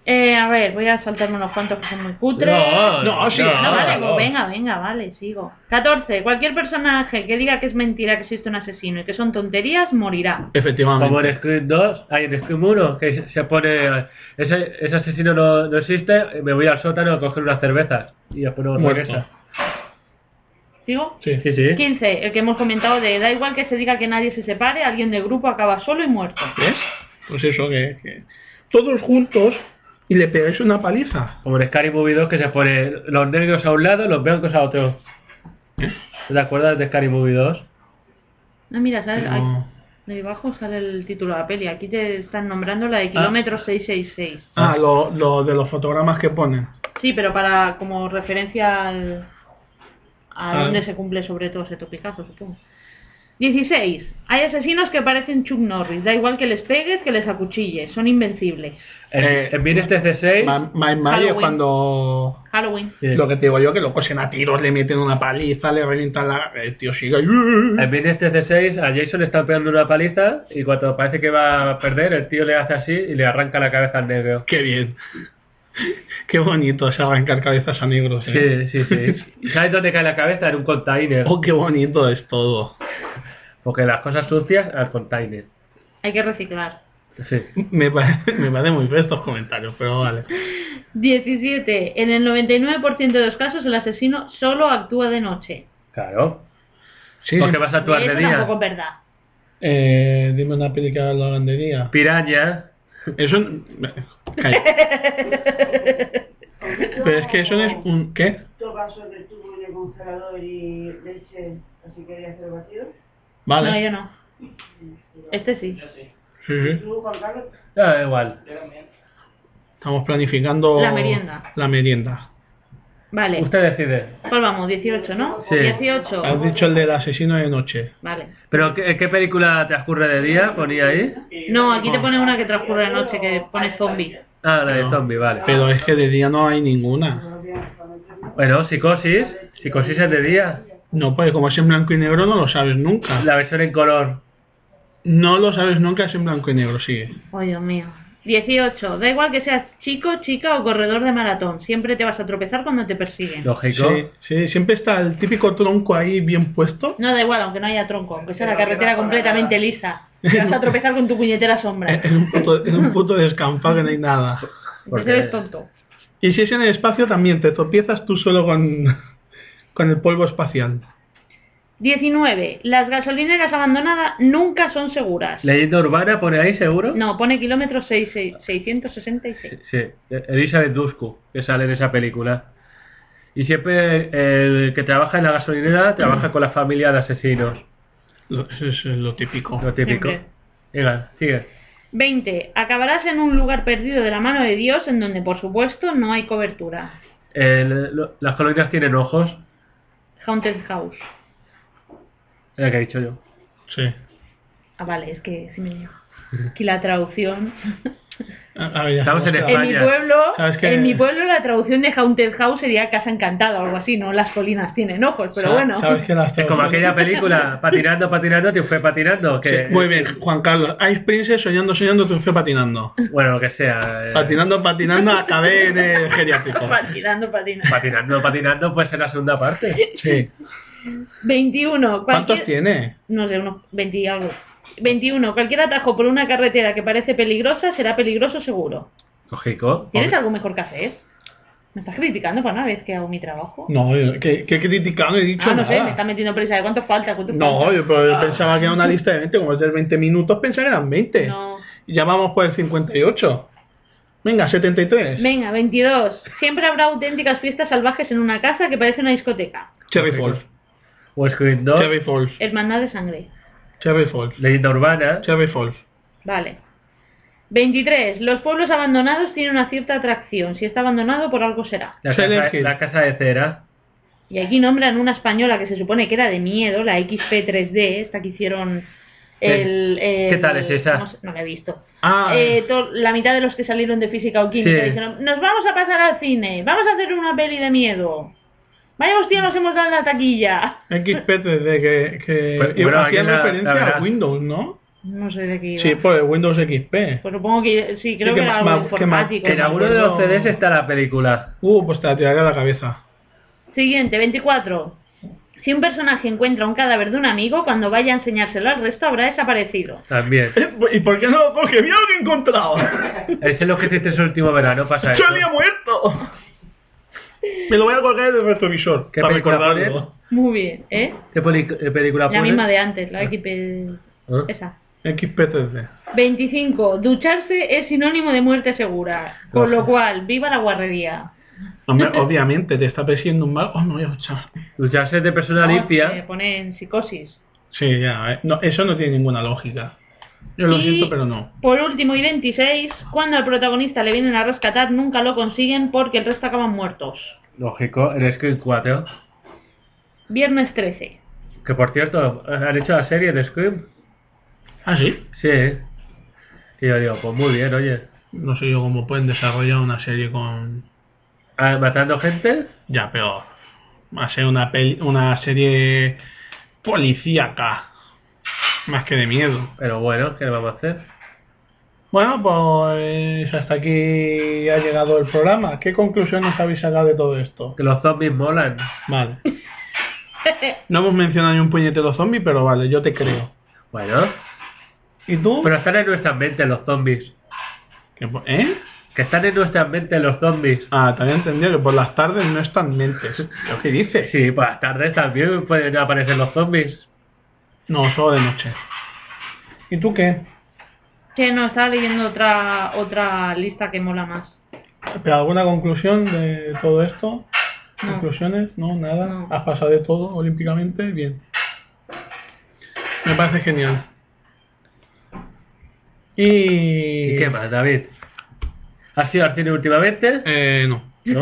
S1: Eh, a ver, voy a saltarme unos cuantos que son muy cutres.
S3: No,
S2: No, sí,
S1: No,
S2: no,
S1: vale,
S2: no.
S1: pues venga, venga, vale, sigo. 14. Cualquier personaje que diga que es mentira que existe un asesino y que son tonterías, morirá.
S3: Como
S2: Efectivamente.
S3: en Scream 2, hay en Scream 1, que se- se pone, ese, ese asesino no, no existe, me voy al sótano a coger unas cervezas y después no
S2: Muerto.
S3: regresa.
S1: ¿Sigo?
S2: Sí.
S3: Sí, sí.
S1: 15. El que hemos comentado de da igual que se diga que nadie se separe, alguien del grupo acaba solo y muerto.
S2: ¿Ves? Pues eso, que, que- Todos juntos y le pegáis una paliza.
S3: Como en Scary Movie 2, que se pone los negros a un lado, los blancos a otro. ¿Te acuerdas de Scary Movie 2?
S1: Ah, mira, sale, ahí,
S2: No.
S1: debajo sale el título de la peli. Aquí te están nombrando
S3: Ah.
S1: la de kilómetro 666.
S2: Ah, lo, lo de los fotogramas que ponen.
S1: Sí, pero para como referencia al, a
S2: Ah.
S1: donde se cumple sobre todo ese topicazo, supongo. 16. Hay asesinos que parecen Chuck Norris. Da igual que les pegues, que les acuchilles. Son invencibles.
S3: En,
S2: Eh,
S3: en Viernes 13 6
S2: Ma- Ma- Mai es
S1: Halloween.
S2: cuando
S1: Halloween.
S2: lo que te digo yo, que lo cosen a tiros, le meten una paliza, le revientan la... El tío sigue... ahí, "Uh".
S3: En Viernes 13 6 a Jason le están pegando una paliza y cuando parece que va a perder, el tío le hace así y le arranca la cabeza al negro.
S2: Qué bien. Qué bonito es arrancar cabezas a negros. ¿eh?
S3: Sí, sí, sí. ¿Sabes dónde cae la cabeza? En un container.
S2: Oh, qué bonito es todo.
S3: Porque las cosas sucias al container.
S1: Hay que reciclar.
S3: Sí.
S2: Me, pare- me parece muy bien estos comentarios, pero vale.
S1: 17. En el 99% de los casos el asesino solo actúa de noche.
S3: Claro.
S2: Sí,
S3: Porque vas a actuar de
S1: Eso
S3: día.
S1: tampoco es verdad.
S2: eh, dime una película de la lavandería.
S3: Piraña.
S2: Eso... Calla. Pero es que eso es un... ¿Qué?
S4: Dos vasos de tubo y de congelador y leche, así que hacer el batido.
S1: No, eh.
S2: Vale.
S1: yo no. Este sí.
S2: Sí, sí.
S4: ¿Tú, Juan Carlos?
S3: Ah, da igual.
S4: Yo también.
S2: Estamos planificando...
S1: La merienda.
S2: La merienda.
S1: Vale.
S3: Usted decide.
S1: ¿Cuál vamos? 18, ¿no?
S3: Sí.
S1: 18.
S2: Has dicho el del asesino de noche.
S1: Vale.
S3: ¿Pero qué, qué película transcurre de día? Ponía ahí.
S1: No, aquí te pone una que transcurre la noche, que pone zombie.
S3: Ah, la de
S2: No.
S3: zombie, vale.
S2: Pero es que de día no hay ninguna.
S3: Bueno, psicosis. Psicosis es de día.
S2: No, pues como es en blanco y negro no lo sabes nunca.
S3: La versión en color.
S2: No lo sabes nunca, es en blanco y negro, sigue.
S1: Oh, Dios mío. 18. Da igual que seas chico, chica o corredor de maratón. Siempre te vas a tropezar cuando te persiguen. No,
S3: Lógico.
S2: Sí, sí, siempre está el típico tronco ahí bien puesto.
S1: da igual, aunque no haya tronco, aunque sea la carretera completamente lisa. Te vas a tropezar con tu puñetera sombra.
S2: En un puto, en un puto descampado que no hay nada.
S1: Entonces eres tonto.
S2: Y si es en el espacio también, te tropiezas tú solo con, con el polvo espacial.
S1: 19. Las gasolineras abandonadas nunca son seguras.
S3: Leyenda urbana pone ahí, seguro.
S1: No, pone kilómetro 6, 666.
S3: Sí, de- Elizabeth Dusko, que sale en esa película. Y siempre el que trabaja en la gasolinera trabaja con la familia de asesinos.
S2: Lo- eso es lo típico.
S3: Lo típico.
S1: Siempre.
S3: Venga, sigue.
S1: 20. Acabarás en un lugar perdido de la mano de Dios en donde, por supuesto, no hay cobertura.
S3: El- lo- las colonias tienen ojos.
S1: Haunted House.
S3: Es la que he dicho yo.
S2: Sí.
S1: Ah, vale, es que sí me niego. Aquí la traducción.
S2: A- a ver, ya
S3: Estamos en
S2: sabemos
S1: En mi
S3: Vaya.
S1: pueblo,
S2: ¿Sabes qué?
S1: en mi pueblo la traducción de Haunted House sería Casa Encantada o algo así, no las colinas tienen ojos,
S2: que-
S1: pero
S2: sa-
S1: bueno.
S2: sabes que las
S3: Es como aquella película, patinando, patinando, te fue patinando.
S2: Sí,
S3: Que,
S2: Muy bien, Juan Carlos. Ice Princess soñando, soñando, triunfé patinando.
S3: Bueno, lo que sea. eh,
S2: Patinando, patinando, acabé en el geriátrico.
S1: Patinando, patinando.
S3: Patinando, patinando, pues en la segunda parte.
S2: Sí.
S1: 21.
S2: ¿Cuántos
S1: cualquier-
S2: tiene?
S1: No sé, unos 20 y algo. 21. Cualquier atajo por una carretera que parece peligrosa será peligroso seguro.
S3: Lógico.
S1: ¿Tienes algo mejor que hacer? ¿Me estás criticando para una vez que hago mi trabajo?
S2: No, que he criticado, no he dicho
S1: Ah, no sé,
S2: nada.
S1: me está metiendo prisa. ¿De cuánto falta? ¿Cuánto
S2: No,
S1: falta?
S2: yo, pero yo pensaba que era una lista de 20, como es de 20 minutos, pensaba que eran 20.
S1: No.
S2: Y ya vamos por el 58. Venga, 73.
S1: Venga, 22. Siempre habrá auténticas fiestas salvajes en una casa que parece una discoteca.
S2: Cherry Falls.
S3: O Screen 2,
S2: Cherry Falls.
S1: Hermandad de sangre.
S2: Cherry Falls.
S3: Leyenda urbana.
S2: Cherry Falls.
S1: Vale. 23. Los pueblos abandonados tienen una cierta atracción. Si está abandonado, por algo será.
S3: La
S2: Silent
S3: casa,
S2: Hill.
S3: la casa de cera.
S1: Y aquí nombran una española que se supone que era de miedo, la XP3D, esta que hicieron el... el-
S3: ¿Qué tal es esa?
S1: No, sé, no la he visto.
S2: Ah,
S1: Eh, to- la mitad de los que salieron de física o química
S3: Sí.
S1: dijeron, nos vamos a pasar al cine, vamos a hacer una peli de miedo. Vaya hostia, nos hemos dado en la taquilla.
S2: XP desde que, que
S3: Pues,
S2: iba-
S3: bueno, aquí
S2: hacían
S3: la- la
S2: referencia a
S3: verdad.
S2: Windows, ¿no?
S1: No sé de qué iba.
S2: Sí, por el Windows XP.
S1: Pues supongo que sí, creo
S2: Sí,
S1: que,
S2: que
S1: era
S2: ma-
S1: algo
S2: ma- que ma-
S1: informático.
S3: En
S1: no
S3: alguno de los
S1: recuerdo.
S3: CDs está la película.
S2: Uh, pues te la tiraré a la cabeza.
S1: Siguiente, 24. Si un personaje encuentra un cadáver de un amigo, cuando vaya a enseñárselo al resto habrá desaparecido.
S3: También.
S2: ¿Y por qué no? Porque mira lo que he encontrado.
S3: Ese es lo que hiciste ese último verano, pasa eso.
S2: ¡Charlie ha muerto! Me lo voy a colgar en el retrovisor.
S3: ¿Qué
S2: para
S3: película
S2: recordarlo.
S1: Muy bien, ¿eh?
S3: ¿Qué peli- eh, Ah. película
S1: La
S3: pones?
S1: misma de antes, la XP...
S3: ¿Eh?
S1: Esa.
S2: XP3D.
S1: 25. Ducharse es sinónimo de muerte segura. Con lo cual, viva la guarrería.
S2: Hombre, obviamente, te está persiguiendo un mal. Oh, me voy a duchar.
S3: Ducharse Pues de persona
S1: No, Se
S3: limpia.
S1: pone en psicosis.
S2: Sí, ya. eh. No, eso no tiene ninguna lógica. Yo lo
S1: Y-
S2: siento, pero no.
S1: Por último, y 26. Cuando al protagonista le vienen a rescatar, nunca lo consiguen porque el resto acaban muertos.
S3: Lógico, en Scream 4.
S1: Viernes 13.
S3: Que por cierto, han hecho la serie de Scream.
S2: ¿Ah, sí?
S3: Sí. Y yo digo, pues muy bien, oye.
S2: No sé yo cómo pueden desarrollar una serie con...
S3: Ah, ¿Matando gente?
S2: Ya, pero... Hacer una, peli- una serie policíaca. Más que de miedo.
S3: Pero bueno, ¿qué le vamos a hacer?
S2: Bueno, pues hasta aquí ha llegado el programa. ¿Qué conclusiones habéis sacado de todo esto?
S3: Que los zombies molan.
S2: Vale. No hemos mencionado ni un puñetero zombie, pero vale, yo te creo.
S3: Bueno.
S2: ¿Y tú?
S3: Pero están en nuestras mentes los zombies.
S2: ¿Qué po- ¿Eh?
S3: Que están en nuestras mentes los zombies.
S2: Ah, también entendía que por las tardes no están mentes. ¿Lo que dices?
S3: Sí, por las tardes también pueden aparecer los zombies.
S2: No, solo de noche. ¿Y tú qué?
S1: Que no, estaba leyendo otra, otra lista que mola más.
S2: ¿Pero alguna conclusión de todo esto?
S1: No.
S2: ¿Conclusiones? No, nada.
S1: No.
S2: ¿Has pasado de todo olímpicamente? Bien. Me parece genial. Y...
S3: ¿Y qué más, David? ¿Has ido al cine últimamente?
S2: Eh, no.
S3: ¿No?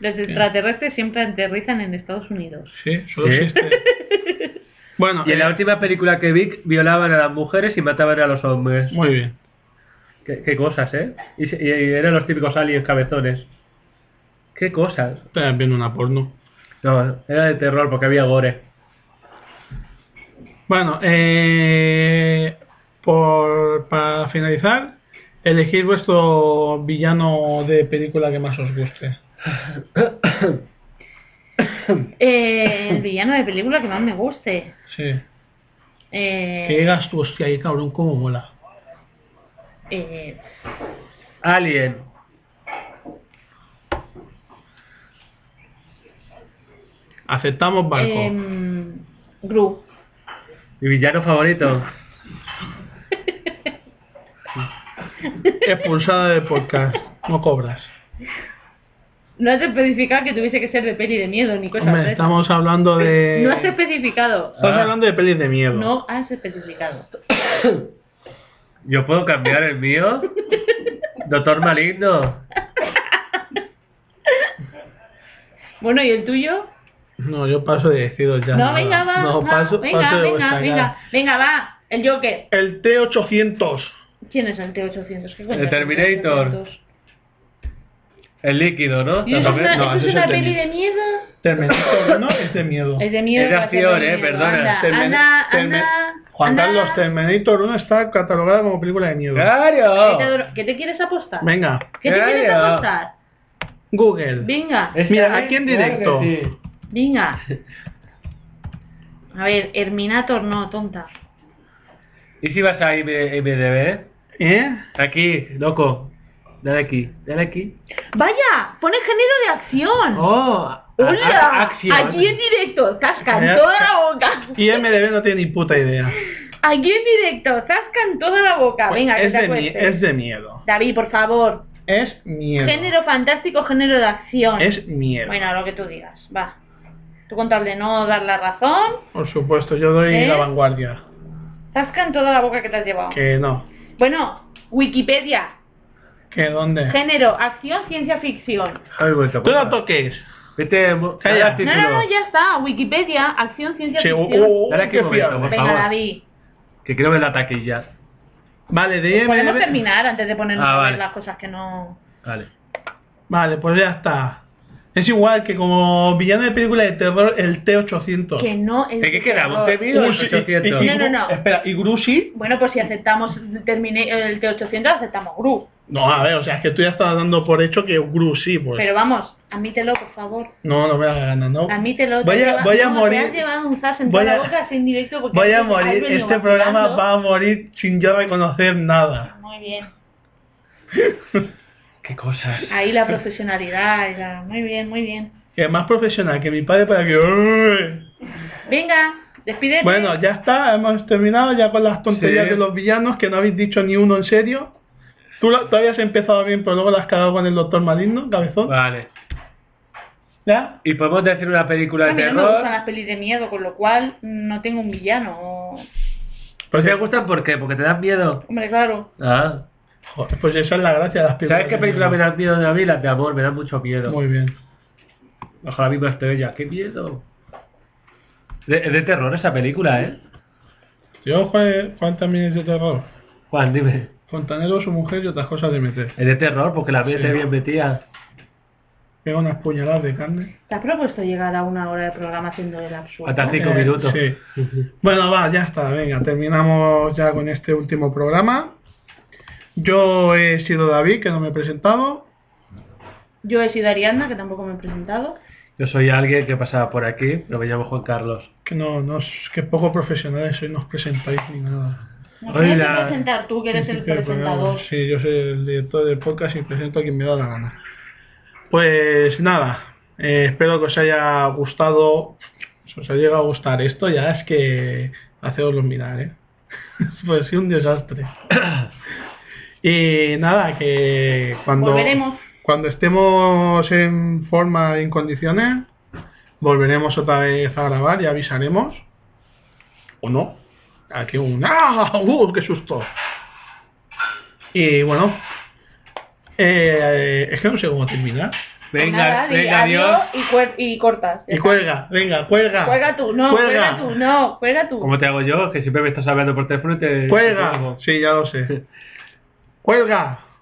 S1: Los extraterrestres siempre aterrizan en Estados Unidos.
S2: Sí, solo
S3: ¿Sí?
S2: existe. Bueno,
S3: Y en
S2: eh,
S3: la última película que vi, violaban a las mujeres y mataban a los hombres.
S2: muy bien.
S3: Qué, qué cosas, ¿eh? Y, se- y eran los típicos aliens cabezones. Qué cosas.
S2: Estás viendo una porno.
S3: No, era de terror porque había gore.
S2: Bueno, eh, por, para finalizar, elegir vuestro villano de película que más os guste.
S1: Eh, el villano de película que más me guste.
S2: Sí.
S1: Eh,
S2: Que digas tú, hostia, ahí cabrón, cómo mola.
S1: eh,
S3: Alien.
S2: Aceptamos barco.
S1: em, Gru.
S3: Mi villano favorito.
S2: Expulsada del podcast. No cobras.
S1: No has especificado que tuviese que ser de peli de miedo ni cosas
S2: Hombre,
S1: de esas.
S2: estamos hablando de...
S1: No has especificado.
S2: Estamos
S3: Ah.
S2: hablando de pelis de miedo.
S1: No has especificado.
S3: ¿Yo puedo cambiar el mío? Doctor Maligno.
S1: Bueno, ¿y el tuyo?
S2: No, yo paso de deciros ya.
S1: no,
S2: nada.
S1: venga, va.
S2: No,
S1: va,
S2: paso,
S1: venga,
S2: paso de vuestra
S1: venga,
S2: cara.
S1: venga, venga, va. El Joker.
S2: El T800.
S1: ¿Quién es el T-800? ¿Qué coño
S3: El
S1: es
S3: Terminator.
S1: T800?
S3: El líquido, ¿no?
S1: ¿Y eso es una,
S2: No,
S1: eso es
S2: ese es
S1: una
S2: el
S1: peli
S2: Terminator.
S1: de miedo?
S2: Terminator no es de miedo.
S1: Es de miedo.
S3: Era
S1: va a ser
S3: peor,
S1: de
S3: eh,
S1: miedo.
S3: perdona.
S1: Anda,
S2: Termi-
S1: anda,
S2: Termi-
S1: anda,
S2: Juan
S1: anda.
S2: Carlos, Terminator 1 está catalogada como película de miedo.
S1: Ahí te
S3: ¡Claro!
S1: adoro. ¿Qué te quieres apostar?
S2: Venga,
S1: ¿Qué te
S3: Claro.
S1: quieres apostar?
S2: Google.
S1: Venga,
S3: Es que,
S2: Mira, aquí en
S3: claro
S2: directo.
S3: que sí.
S1: venga. A ver, Herminator no, tonta.
S3: ¿Y si vas a IM- IMDB?
S2: ¿Eh?
S3: Aquí, loco. Dale aquí, dale aquí.
S1: Vaya, pone género de acción.
S3: ¡Oh!
S1: Hola,
S3: acción.
S1: aquí en directo, cascan
S2: Eh,
S1: toda la boca.
S2: IMDB no tiene ni puta idea.
S1: Aquí en directo, cascan toda la boca. Ah, Venga, que
S2: Pues es,
S1: te
S2: de mi-
S1: acuestes.
S2: es de miedo.
S1: David, por favor.
S2: Es miedo.
S1: Género fantástico, género de acción.
S2: Es miedo.
S1: Bueno, lo que tú digas, va. Tú contable no dar la razón.
S2: Por supuesto, yo doy
S1: ¿Eh?
S2: la vanguardia.
S1: Zasca en toda la boca que te has llevado.
S2: Que no.
S1: Bueno, Wikipedia.
S2: Que dónde.
S1: Género, acción, ciencia ficción.
S3: Ay, vuelta,
S2: Tú la
S3: vuelta.
S2: toques.
S3: Vete, mo-
S2: Calla.
S3: calla el
S1: No, no,
S3: título.
S1: no, ya está. Wikipedia, acción, ciencia
S2: Sí,
S1: ficción.
S2: uh, uh,
S3: Dale aquí
S2: qué Eh,
S3: un momento,
S2: fiable.
S3: por
S1: Venga,
S3: favor.
S1: David.
S3: Que quiero ver la taquilla.
S2: Vale, de
S1: Podemos
S2: IMDb.
S1: terminar antes de ponernos
S3: Ah,
S1: a ver
S3: vale.
S1: las cosas que no.
S3: Vale.
S2: Vale, pues ya está. Es igual que como villano de película de terror, el T-800.
S1: Que no es
S3: ¿De qué
S1: de
S3: quedamos?
S1: terror.
S3: ¿T-1000 o
S2: Uy, sí, y- y-
S1: No,
S3: T-800?
S1: no, no.
S2: Espera, ¿y Grushi?
S1: Bueno, pues si aceptamos termine, el T800, aceptamos Gru.
S2: No, a ver, o sea, es que tú ya estás dando por hecho que Grushi, pues.
S1: Pero vamos, admítelo, por favor.
S2: no, no me da ganas, ¿no?
S1: Admítelo. te
S2: Voy a-
S1: lleva-
S2: voy a
S1: no, te
S2: morir.
S1: has llevado un zas en toda
S2: Voy a-
S1: la boca sin directo porque
S2: Voy a
S1: has- has
S2: morir,
S1: venido
S2: este
S1: vacilando.
S2: programa va a morir sin yo reconocer nada.
S1: Muy bien.
S3: ¿Qué cosas?
S1: Ahí la profesionalidad, y la- muy bien, muy bien.
S2: Que es más profesional que mi padre para que... ¡Uy!
S1: Venga, despídete.
S2: Bueno, ya está, hemos terminado ya con las tonterías
S3: Sí.
S2: de los villanos que no habéis dicho ni uno en serio. Tú, lo- tú habías empezado bien, pero luego las has cagado con el doctor maligno, cabezón.
S3: Vale.
S2: ¿Ya?
S3: ¿Y podemos decir una película
S1: a
S3: de
S1: mí no me gustan
S3: terror?
S1: las pelis de miedo, con lo cual no tengo un villano. o-
S3: ¿Por qué te gustan? Pues ¿Por qué? ¿Porque te dan miedo?
S1: Hombre, claro.
S3: Ah.
S2: Joder, pues esa es la gracia de las películas.
S3: ¿Sabes qué
S2: de
S3: película me
S2: miedo.
S3: dan miedo de mí? Las de amor, me dan mucho miedo.
S2: Muy bien.
S3: Bajo la misma estrella, qué miedo. De, de terror esa película, ¿eh?
S2: Yo, Juan, Juan también es de terror.
S3: Juan, dime.
S2: Fontanero, su mujer y otras cosas de meter.
S3: Es de terror porque la mete bien metida.
S2: Pega unas puñaladas de carne.
S1: ¿Te has propuesto llegar a una hora de programa haciendo el absurdo?
S3: Hasta cinco
S2: Eh,
S3: minutos.
S2: sí. Bueno, va, ya está, venga, terminamos ya con este último programa. Yo he sido David, que no me he presentado.
S1: Yo he sido Ariadna, que tampoco me he presentado.
S3: Yo soy alguien que pasaba por aquí, pero me llamo Juan Carlos.
S2: Que no, no, es- que poco profesionales hoy no os presentáis ni nada.
S1: No tienes que
S3: Hola.
S1: presentar tú, que eres el
S2: Principio del
S1: presentador.
S2: programa. Sí, yo soy el director del podcast y presento a quien me da la gana. Pues nada, eh, espero que os haya gustado, si os ha llegado a gustar esto, ya es que hacedoslo mirar, ¿eh? pues sí, un desastre. y nada, que cuando...
S1: Volveremos.
S2: Cuando estemos en forma y en condiciones, volveremos otra vez a grabar y avisaremos. ¿O no? Aquí un ¡Ah! ¡Uh! ¡Qué susto! Y bueno, eh, es que no sé cómo terminar.
S3: Venga,
S1: Pues Nada, di
S3: venga,
S1: adiós
S3: adiós.
S1: Y, cuer- y cortas. ya
S2: Y
S1: está.
S2: cuelga, venga, cuelga.
S1: Cuelga tú, no,
S2: Cuelga.
S1: cuelga, tú, no, cuelga tú.
S3: ¿Cómo te hago yo? Que siempre me estás hablando por teléfono y te...
S2: Cuelga.
S3: te-
S2: Sí, ya lo sé. Cuelga.